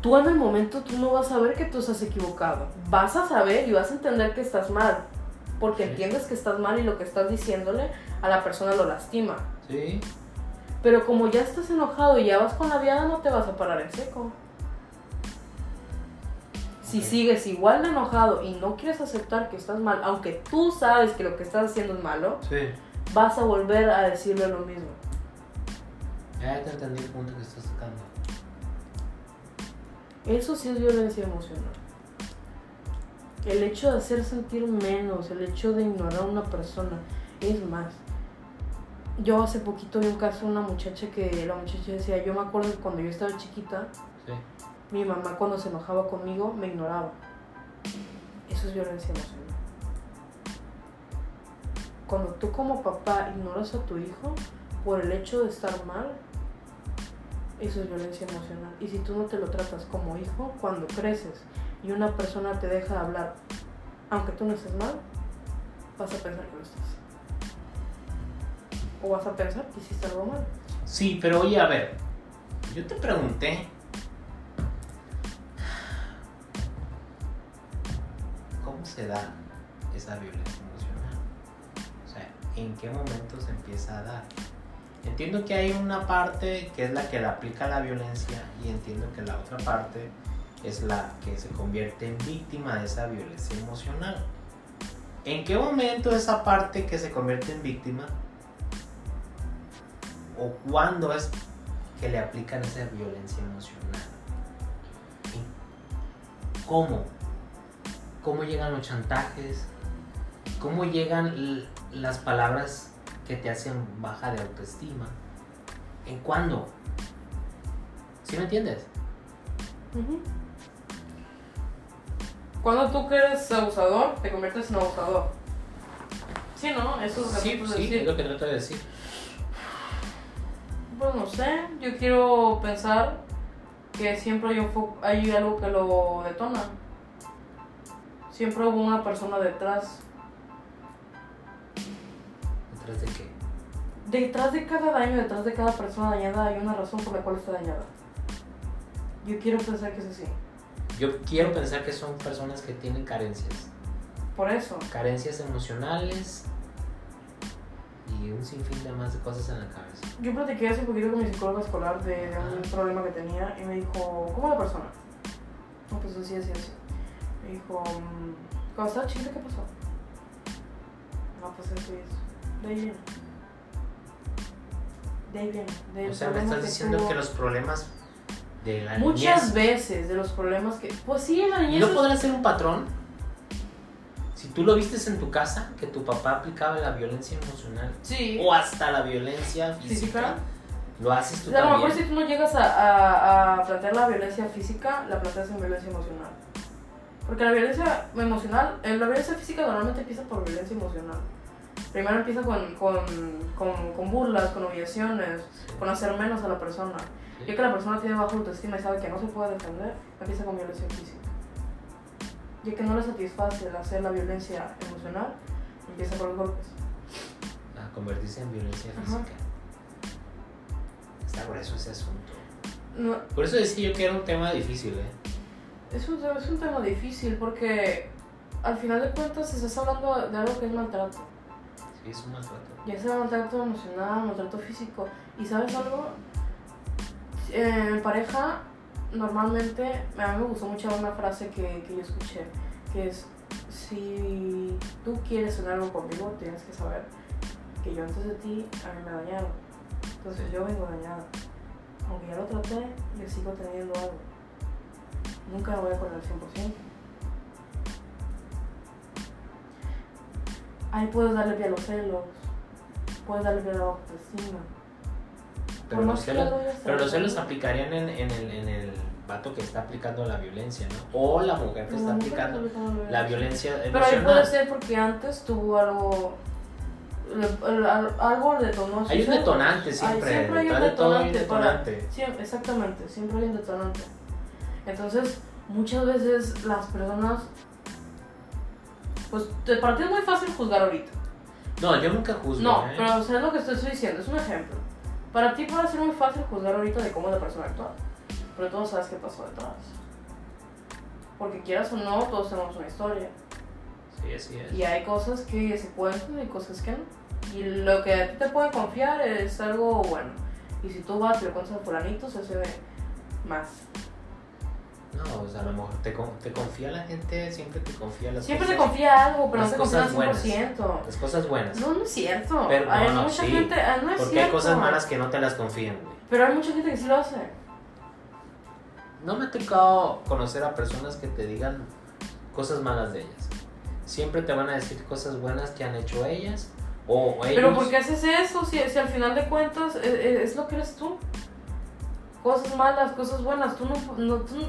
tú en el momento tú no vas a ver que tú estás equivocado. Vas a saber y vas a entender que estás mal. Porque
Sí.
entiendes que estás mal y lo que estás diciéndole a la persona lo lastima.
Sí,
Pero como ya estás enojado y ya vas con la viada, no te vas a parar en seco. Si
Ok.
sigues igual de enojado y no quieres aceptar que estás mal, aunque tú sabes que lo que estás haciendo es malo,
sí.
vas a volver a decirle lo mismo.
Ya te entendí el punto que estás tocando.
Eso sí es violencia emocional. El hecho de hacer sentir menos, el hecho de ignorar a una persona, es más. Yo hace poquito vi un caso de una muchacha que la muchacha decía, yo me acuerdo que cuando yo estaba chiquita,
Sí.
mi mamá cuando se enojaba conmigo me ignoraba. Eso es violencia emocional. Cuando tú como papá ignoras a tu hijo por el hecho de estar mal, eso es violencia emocional. Y si tú no te lo tratas como hijo, cuando creces y una persona te deja de hablar, aunque tú no estés mal, vas a pensar que lo estás. O vas a pensar que hiciste algo mal.
Sí, pero oye, a ver, yo te pregunté. ¿Cómo se da esa violencia emocional? O sea, ¿en qué momento se empieza a dar? Entiendo que hay una parte que es la que le aplica la violencia y entiendo que la otra parte es la que se convierte en víctima de esa violencia emocional. ¿En qué momento esa parte que se convierte en víctima o cuándo es que le aplican esa violencia emocional. ¿Y ¿Cómo? ¿Cómo llegan los chantajes? ¿Cómo llegan l- las palabras que te hacen baja de autoestima? ¿En cuándo? ¿Sí me entiendes?
Ujú. Cuando tú que eres abusador, te conviertes en abusador. Sí, ¿no? Eso es lo que
Sí,
tú puedes
sí, es
decir.
lo que trato de decir.
Pues no sé, yo quiero pensar que siempre hay, un fo- hay algo que lo detona. Siempre hubo una persona detrás.
¿Detrás de qué?
Detrás de cada daño, detrás de cada persona dañada, hay una razón por la cual está dañada. Yo quiero pensar que es así.
Yo quiero pensar que son personas que tienen carencias.
Por eso.
Carencias emocionales y y un sinfín de más de cosas en la cabeza.
Yo platiqué hace poquito con mi psicóloga escolar de, de un problema que tenía y me dijo, ¿cómo la persona? No, pues así, así, así. Me dijo, mm, cuando estaba chiquita, ¿qué pasó? No, pues eso y eso. De ahí viene. De ahí viene. Del
O sea, me
problema
estás diciendo
tuvo.
que los problemas de la
Muchas
niñez...
veces de los problemas que... Pues sí, en la niñez...
¿No
es-
podrá ser un patrón? Si tú lo vistes en tu casa, que tu papá aplicaba la violencia emocional
Sí.
o hasta la violencia física,
Física.
lo haces tú
O sea, Pues, a lo mejor
también.
si tú no llegas a, a- a plantear la violencia física, la planteas en violencia emocional. Porque la violencia emocional, eh, la violencia física normalmente empieza por violencia emocional. Primero empieza con, con, con, con burlas, con humillaciones, con hacer menos a la persona.
Sí.
Ya que la persona tiene baja autoestima y sabe que no se puede defender, empieza con violencia física. Ya que no le satisface el hacer la violencia emocional, empieza por los golpes.
a convertirse en violencia
Ajá.
física. Está grueso ese asunto.
No,
Por eso decía yo que era un tema difícil, ¿eh?
Es un, es un tema difícil porque al final de cuentas estás hablando de algo que es maltrato.
Sí, es un maltrato.
Ya sea maltrato emocional, maltrato físico. ¿Y sabes algo? Eh, En pareja, normalmente, a mí me gustó mucho una frase que, que yo escuché, que es, si tú quieres hacer algo conmigo, tienes que saber que yo antes de ti, a mí me dañaron. Entonces yo vengo dañada. Aunque ya lo traté, le sigo teniendo algo. Nunca lo voy a poner al 100%. Ahí puedes darle pie a los celos, puedes darle pie a la autoestima.
Pero
Por
los
más que
celos,
lo hayas
pero
tratado.
los celos aplicarían en, en el, en el vato que está aplicando la violencia, ¿no? O la mujer
Pero
que está
nunca
aplicando
te lo
la
veo.
violencia
Pero ahí puede
emocional.
ser porque antes tuvo algo. le- al- al- Algo detonó. su
Hay un
cerebro.
detonante siempre.
Ay, siempre hay un
detrás de todo hay un
detonante. para-
detonante.
siem- exactamente, siempre hay un detonante. Entonces, muchas veces las personas. Pues de partida es muy fácil juzgar ahorita.
No, yo nunca juzgo.
No,
¿eh?
pero o sea, es lo que te estoy diciendo, es un ejemplo. Para ti puede ser muy fácil juzgar ahorita de cómo la persona actúa, pero tú no sabes qué pasó detrás. Porque quieras o no, todos tenemos una historia.
Sí, así es.
Y hay cosas que se cuentan y cosas que no. Y lo que a ti te pueden confiar es algo bueno. Y si tú vas y lo cuentas a fulanito, se hace de más.
No, o sea, a lo mejor te, con- te confía la gente, siempre te confía las
Siempre te
cosas.
confía algo, pero no
las
te confía al
cosas buenas.
100%.
Las cosas buenas.
No, no es cierto.
Pero-
hay
no, no,
mucha
sí.
gente, ah, no es
Porque hay
cierto.
cosas malas que no te las confían, güey.
Pero hay mucha gente que sí lo hace.
No me ha tocado conocer a personas que te digan cosas malas de ellas. Siempre te van a decir cosas buenas que han hecho ellas o o ellos.
Pero ¿por qué haces eso si, si al final de cuentas es, es- es lo que eres tú? Cosas malas, cosas buenas. Tú no, no- tú, no-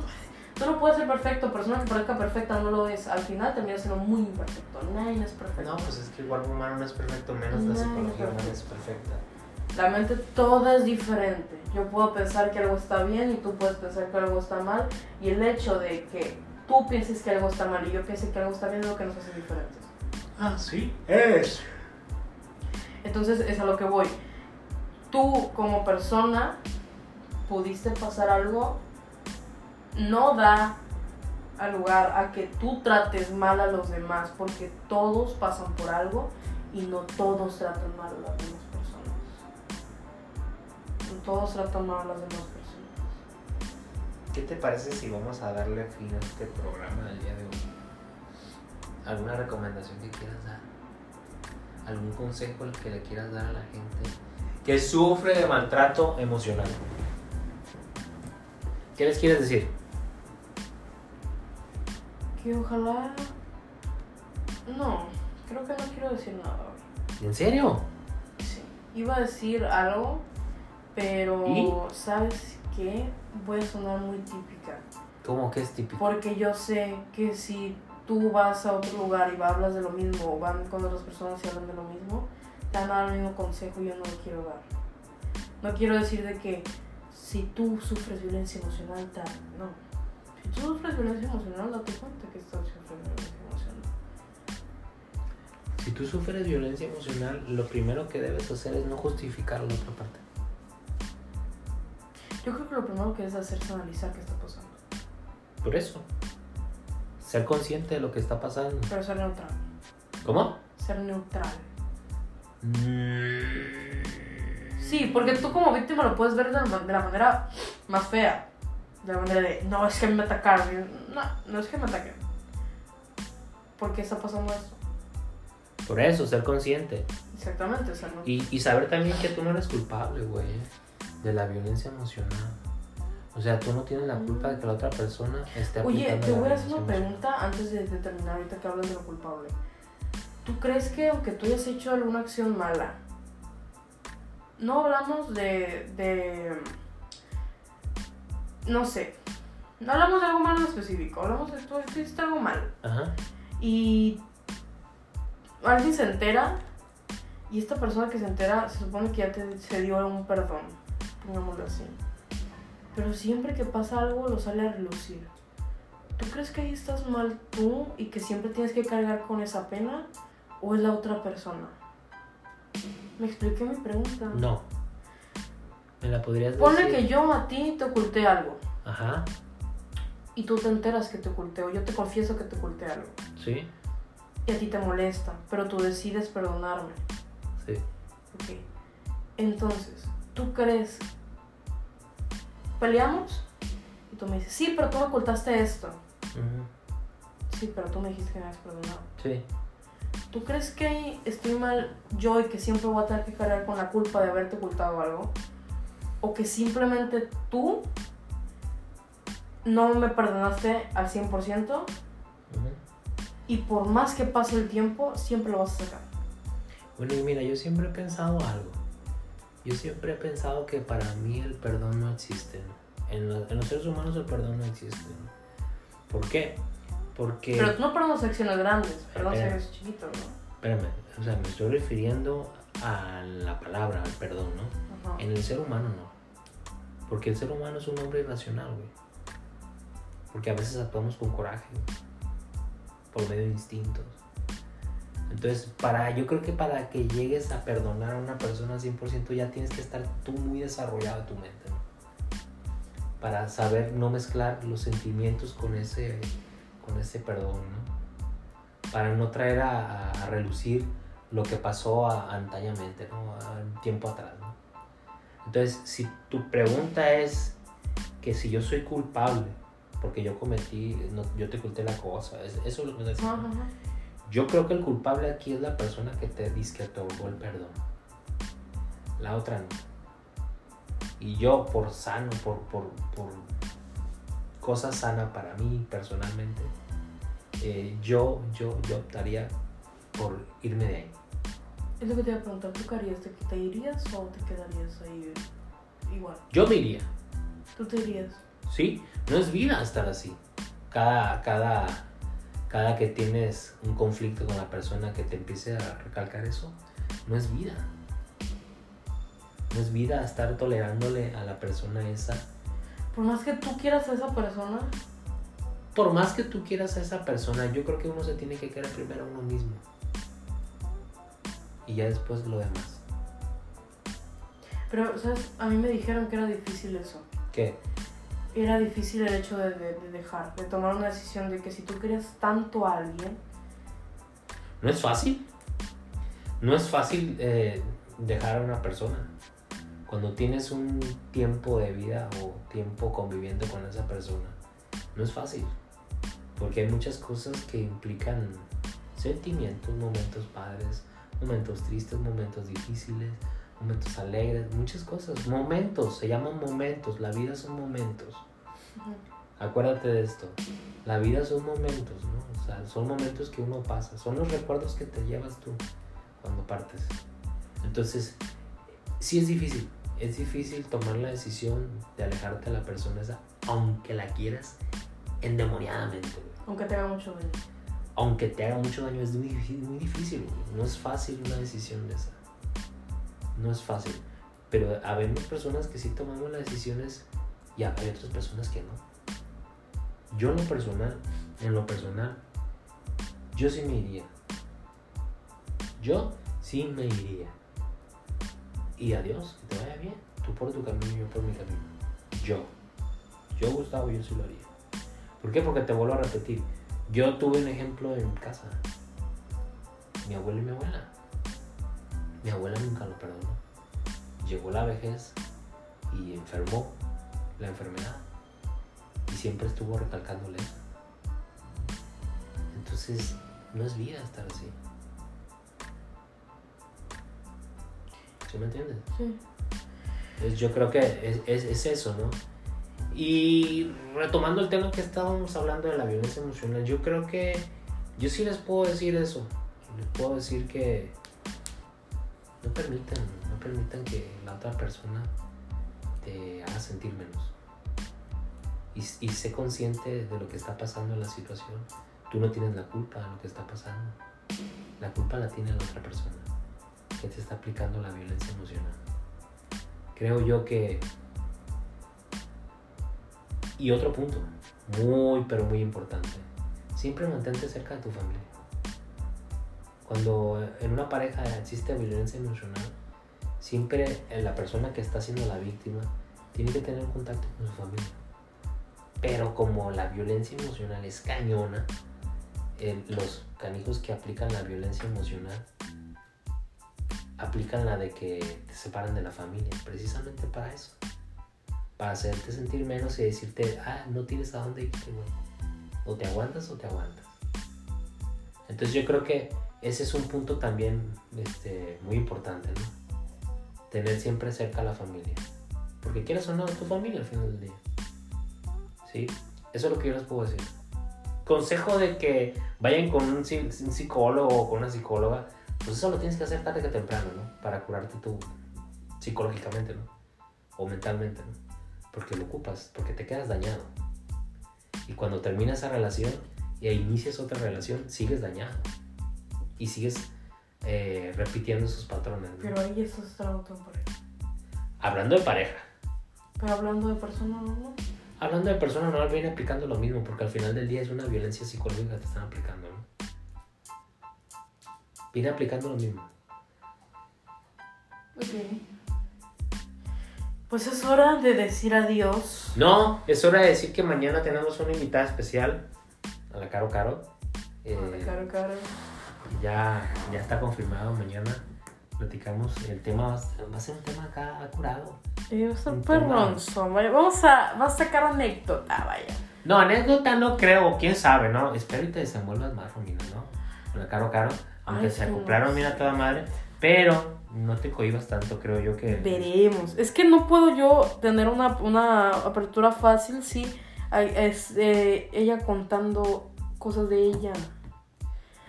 tú no puedes ser perfecto. Persona que parezca perfecta no lo es. Al final termina siendo muy imperfecto. Nadie es perfecto.
No, pues es que el cuerpo humano no es perfecto, menos la
No,
psicología
no.
humana es perfecta.
La mente toda es diferente. Yo puedo pensar que algo está bien y tú puedes pensar que algo está mal. Y el hecho de que tú pienses que algo está mal y yo piense que algo está bien es lo que nos hace diferentes.
Ah, sí, es.
Entonces es a lo que voy. Tú como persona pudiste pasar algo, no da a lugar a que tú trates mal a los demás, porque todos pasan por algo y no todos tratan mal a las demás personas. No todos tratan mal a las demás personas.
¿Qué te parece si vamos a darle fin a este programa del día de hoy? ¿Alguna recomendación que quieras dar? ¿Algún consejo que le quieras dar a la gente que sufre de maltrato emocional? ¿Qué les quieres decir?
Que ojalá... No, creo que no quiero decir nada hoy.
¿En serio?
Sí. Iba a decir algo, pero
¿Y?
¿sabes qué? Voy a sonar muy típica.
¿Cómo que es típico?
Porque yo sé que si tú vas a otro lugar y hablas de lo mismo, o van con otras personas y hablan de lo mismo, te van a dar el mismo consejo y yo no lo quiero dar. No quiero decir de que si tú sufres violencia emocional, tal. No. Si tú sufres violencia emocional, date cuenta que estás sufriendo violencia emocional.
Si tú sufres violencia emocional, lo primero que debes hacer es no justificar la otra parte.
Yo creo que lo primero que es hacerse analizar qué está pasando.
Por eso, ser consciente de lo que está pasando.
Pero ser neutral.
¿Cómo?
Ser neutral.
Mm.
Sí, porque tú como víctima lo puedes ver de la, ma- de la manera más fea. De la manera de, no, es que a mí me atacaron. Y, No, no es que me ataquen. ¿Por qué está pasando esto?
Por eso, ser consciente.
Exactamente, o sea, no.
Y, y saber también que tú no eres culpable, güey, de la violencia emocional. O sea, tú no tienes la culpa de que la otra persona esté
Oye,
aplicando
te
la
voy a hacer
violencia
una
emocional.
pregunta antes de, de terminar ahorita que hablas de lo culpable. ¿Tú crees que aunque tú hayas hecho alguna acción mala, no hablamos de, de... No sé, no hablamos de algo malo en específico, hablamos de tú tú hiciste algo malo.
Ajá.
Y alguien se entera y esta persona que se entera se supone que ya te, se dio un perdón, pongámoslo así. Pero siempre que pasa algo lo sale a relucir. ¿Tú crees que ahí estás mal tú y que siempre tienes que cargar con esa pena o es la otra persona? Me expliqué mi pregunta.
No. ¿Me la podrías
Ponle
decir?
que yo a ti te oculté algo
Ajá.
y tú te enteras que te oculté o yo te confieso que te oculté algo
Sí.
y a ti te molesta, pero tú decides perdonarme.
Sí.
Ok. Entonces, ¿tú crees? ¿Peleamos? Y tú me dices, sí, pero tú me ocultaste esto.
Ujú.
Sí, pero tú me dijiste que me habías perdonado.
Sí.
¿Tú crees que estoy mal yo y que siempre voy a tener que cargar con la culpa de haberte ocultado algo? ¿O que simplemente tú no me perdonaste al 100%
Ujú.
y por más que pase el tiempo, siempre lo vas a sacar?
Bueno, y mira, yo siempre he pensado algo. Yo siempre he pensado que para mí el perdón no existe. En, la- en los seres humanos el perdón no existe. ¿Por qué? Porque...
Pero tú no perdonas acciones grandes, perdonas
Espera.
acciones chiquitas, ¿no?
Espérame, o sea, me estoy refiriendo a la palabra, al perdón, ¿no?
Ajá.
En el ser humano no. Porque el ser humano es un hombre irracional, güey. Porque a veces actuamos con coraje, por medio de instintos. Entonces, para, yo creo que para que llegues a perdonar a una persona 100%, ya tienes que estar tú muy desarrollado en tu mente, ¿no? Para saber no mezclar los sentimientos con ese, con ese perdón, ¿no? Para no traer a, a- a relucir lo que pasó a- antañamente, ¿no? A- tiempo atrás, ¿no? Entonces, si tu pregunta es que si yo soy culpable, porque yo cometí, no, yo te oculté la cosa, es- eso es lo que me
Ajá, ajá, ajá.
yo creo que el culpable aquí es la persona que te dice que te otorgó el perdón. La otra no. Y yo, por sano, por, por, por cosa sana para mí personalmente, eh, yo, yo, yo optaría por irme de ahí.
Es lo que te iba a preguntar, ¿tú qué harías? ¿Te, te irías o te quedarías ahí igual?
Yo me iría,
¿Tú te irías?
¿sí? No es vida estar así. Cada, cada, cada que tienes un conflicto con la persona que te empiece a recalcar eso, no es vida. No es vida estar tolerándole a la persona esa.
Por más que tú quieras a esa persona,
Por más que tú quieras a esa persona, yo creo que uno se tiene que querer primero a uno mismo. Y ya después lo demás.
pero, ¿sabes? A mí me dijeron que era difícil eso.
¿Qué?
Era difícil el hecho de, de- de dejar, de tomar una decisión de que si tú querías tanto a alguien,
No es fácil. No es fácil eh, dejar a una persona. Cuando tienes un tiempo de vida o tiempo conviviendo con esa persona, no es fácil. Porque hay muchas cosas que implican sentimientos, momentos padres, momentos tristes, momentos difíciles, momentos alegres, muchas cosas. Momentos, se llaman momentos. La vida son momentos. Acuérdate de esto. La vida son momentos, ¿no? O sea, son momentos que uno pasa. Son los recuerdos que te llevas tú cuando partes. Entonces, sí es difícil. Es difícil tomar la decisión de alejarte de la persona esa, aunque la quieras endemoniadamente. güey.
aunque te haga mucho bien.
Aunque te haga mucho daño, es muy, difí- muy difícil. güey. No es fácil una decisión de esa. No es fácil. Pero habemos personas que sí tomamos las decisiones y hay otras personas que no. Yo en lo personal, en lo personal, yo sí me iría. Yo sí me iría. Y adiós, que te vaya bien. Tú por tu camino, yo por mi camino. Yo. Yo, Gustavo, yo sí lo haría. ¿Por qué? Porque te vuelvo a repetir. Yo tuve un ejemplo en casa. Mi abuelo y mi abuela. Mi abuela nunca lo perdonó. Llegó la vejez y enfermó la enfermedad. Y siempre estuvo recalcándole. eso. Entonces, no es vida estar así. ¿Sí me entiendes?
Sí.
Entonces, yo creo que es, es- es eso, ¿no? Y retomando el tema que estábamos hablando de la violencia emocional, yo creo que yo sí les puedo decir eso. Les puedo decir que no permitan, no permitan que la otra persona te haga sentir menos. Y, y sé consciente de lo que está pasando en la situación. Tú no tienes la culpa de lo que está pasando. La culpa la tiene la otra persona que te está aplicando la violencia emocional creo yo que... Y otro punto, muy pero muy importante, siempre mantente cerca de tu familia. Cuando en una pareja existe violencia emocional, siempre la persona que está siendo la víctima tiene que tener contacto con su familia. Pero como la violencia emocional es cañona, el- los canijos que aplican la violencia emocional aplican la de que te separan de la familia, precisamente para eso. Para hacerte sentir menos y decirte, ah, no tienes a dónde irte, güey. O te aguantas o te aguantas. Entonces yo creo que ese es un punto también este, muy importante, ¿no? Tener siempre cerca a la familia. Porque quieres o no, es tu familia al final del día. ¿Sí? Eso es lo que yo les puedo decir. Consejo de que vayan con un psi- un psicólogo o con una psicóloga pues eso lo tienes que hacer tarde que temprano, ¿no? Para curarte tú psicológicamente, ¿no? O mentalmente, ¿no? Porque lo ocupas, porque te quedas dañado. Y cuando terminas esa relación y inicias otra relación, sigues dañado. Y sigues eh, repitiendo esos patrones. ¿no?
Pero ahí eso es trabajo temporal.
Hablando de pareja,
Pero hablando de personas, no, no.
hablando de personas, no viene aplicando lo mismo, porque al final del día es una violencia psicológica que te están aplicando, ¿no? Viene aplicando lo mismo.
Ok. Pues es hora de decir adiós.
No, es hora de decir que mañana tenemos una invitada especial a la Caro Caro. Eh,
Caro, caro.
ya, ya está confirmado, mañana platicamos. El tema va a ser- va a ser un tema acá curado.
Y Eh, va a estar
Un
perronzón, vaya. Vamos a, va a sacar anécdota, vaya.
No, anécdota no creo, quién sabe, ¿no? Espero y te desenvuelvas más, Romina, ¿no? Con la Caro Caro, aunque
Ay,
se
sí.
acoplaron bien a toda madre, pero no te cohibas tanto, creo yo que...
Veremos. Es que no puedo yo tener una, una apertura fácil si hay- es, eh, ella contando cosas de ella.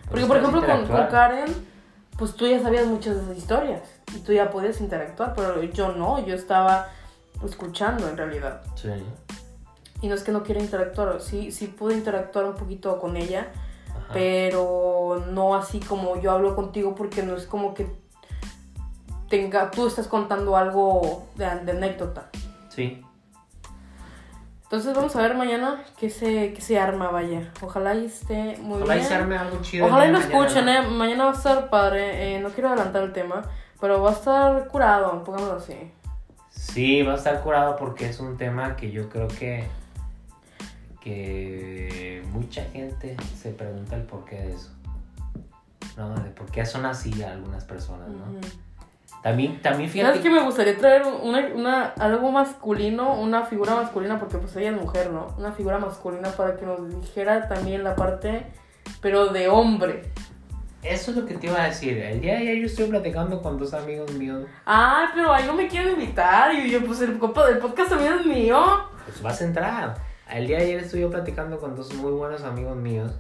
Porque,
Pues,
por
puedes
ejemplo, con, con
interactuar.
Karen, pues tú ya sabías muchas de esas historias y tú ya podías interactuar, pero yo no, yo estaba escuchando en realidad.
Sí,
Y no es que no quiera interactuar, sí, sí pude interactuar un poquito con ella,
ajá.
pero no así como yo hablo contigo porque no es como que tenga, tú estás contando algo de, de anécdota.
Sí,
Entonces vamos a ver mañana qué se, qué se arma, vaya. Ojalá y esté muy
ojalá y
bien.
se arme algo chido.
Ojalá y lo
mañana, ¿no?
escuchen, eh. Mañana va a estar padre. eh, no quiero adelantar el tema, pero va a estar curado, pongámoslo así.
Sí, va a estar curado porque es un tema que yo creo que, que mucha gente se pregunta el porqué de eso. ¿No? De por qué son así algunas personas, ¿no?
Ujú.
También, también fíjate.
¿Sabes que me gustaría traer una, una- algo masculino, una figura masculina, porque pues ella es mujer, ¿no? Una figura masculina para que nos dijera también la parte, pero de hombre.
Eso es lo que te iba a decir. El día de ayer yo estuve platicando con dos amigos míos.
Ay, pero ahí no me quieren invitar. Y yo, pues el, copa- el podcast también es mío.
Pues vas a entrar. El día de ayer estuve yo platicando con dos muy buenos amigos míos.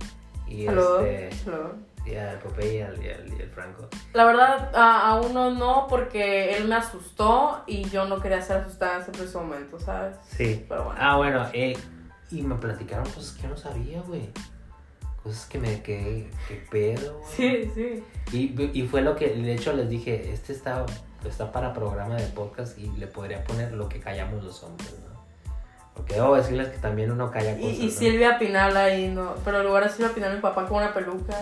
Y
Saludos.
este.
Saludos.
Y al Popeye y al, y al- y al Franco.
La verdad, a, a uno no, porque él me asustó y yo no quería ser asustada en ese preciso momento, ¿sabes?
Sí.
Pero bueno.
Ah, bueno, eh, y me platicaron cosas que yo no sabía, güey. Cosas que me quedé, qué pedo, güey.
Sí, sí.
Y, y fue lo que, de hecho, les dije, este está, está para programa de podcast y le podría poner lo que callamos los hombres, ¿no? Porque debo decirles que también uno calla
Y,
cosas,
y
¿no?
Silvia Pinal ahí, ¿no? Pero en lugar de Silvia Pinal, mi papá con una peluca.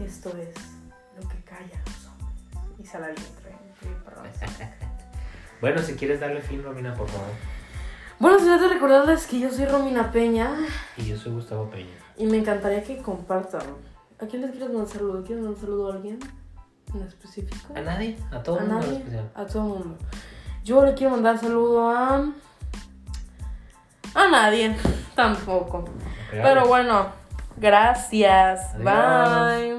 Esto es lo que calla a los hombres. Y se la ¿eh? vientre. sí, perdón.
Bueno, si quieres darle fin, Romina, por favor.
Bueno, señores, de recordarles que yo soy Romina Peña
Y yo soy Gustavo Peña.
y me encantaría que compartan. ¿A quién les quieres mandar un saludo? ¿Quieres mandar un saludo a alguien? en específico.
A nadie, a todo
a
el mundo en
nadie,
especial.
a todo el mundo. Yo le quiero mandar saludo a. A nadie, tampoco.
Ok,
Pero bueno, gracias.
Adiós.
Bye.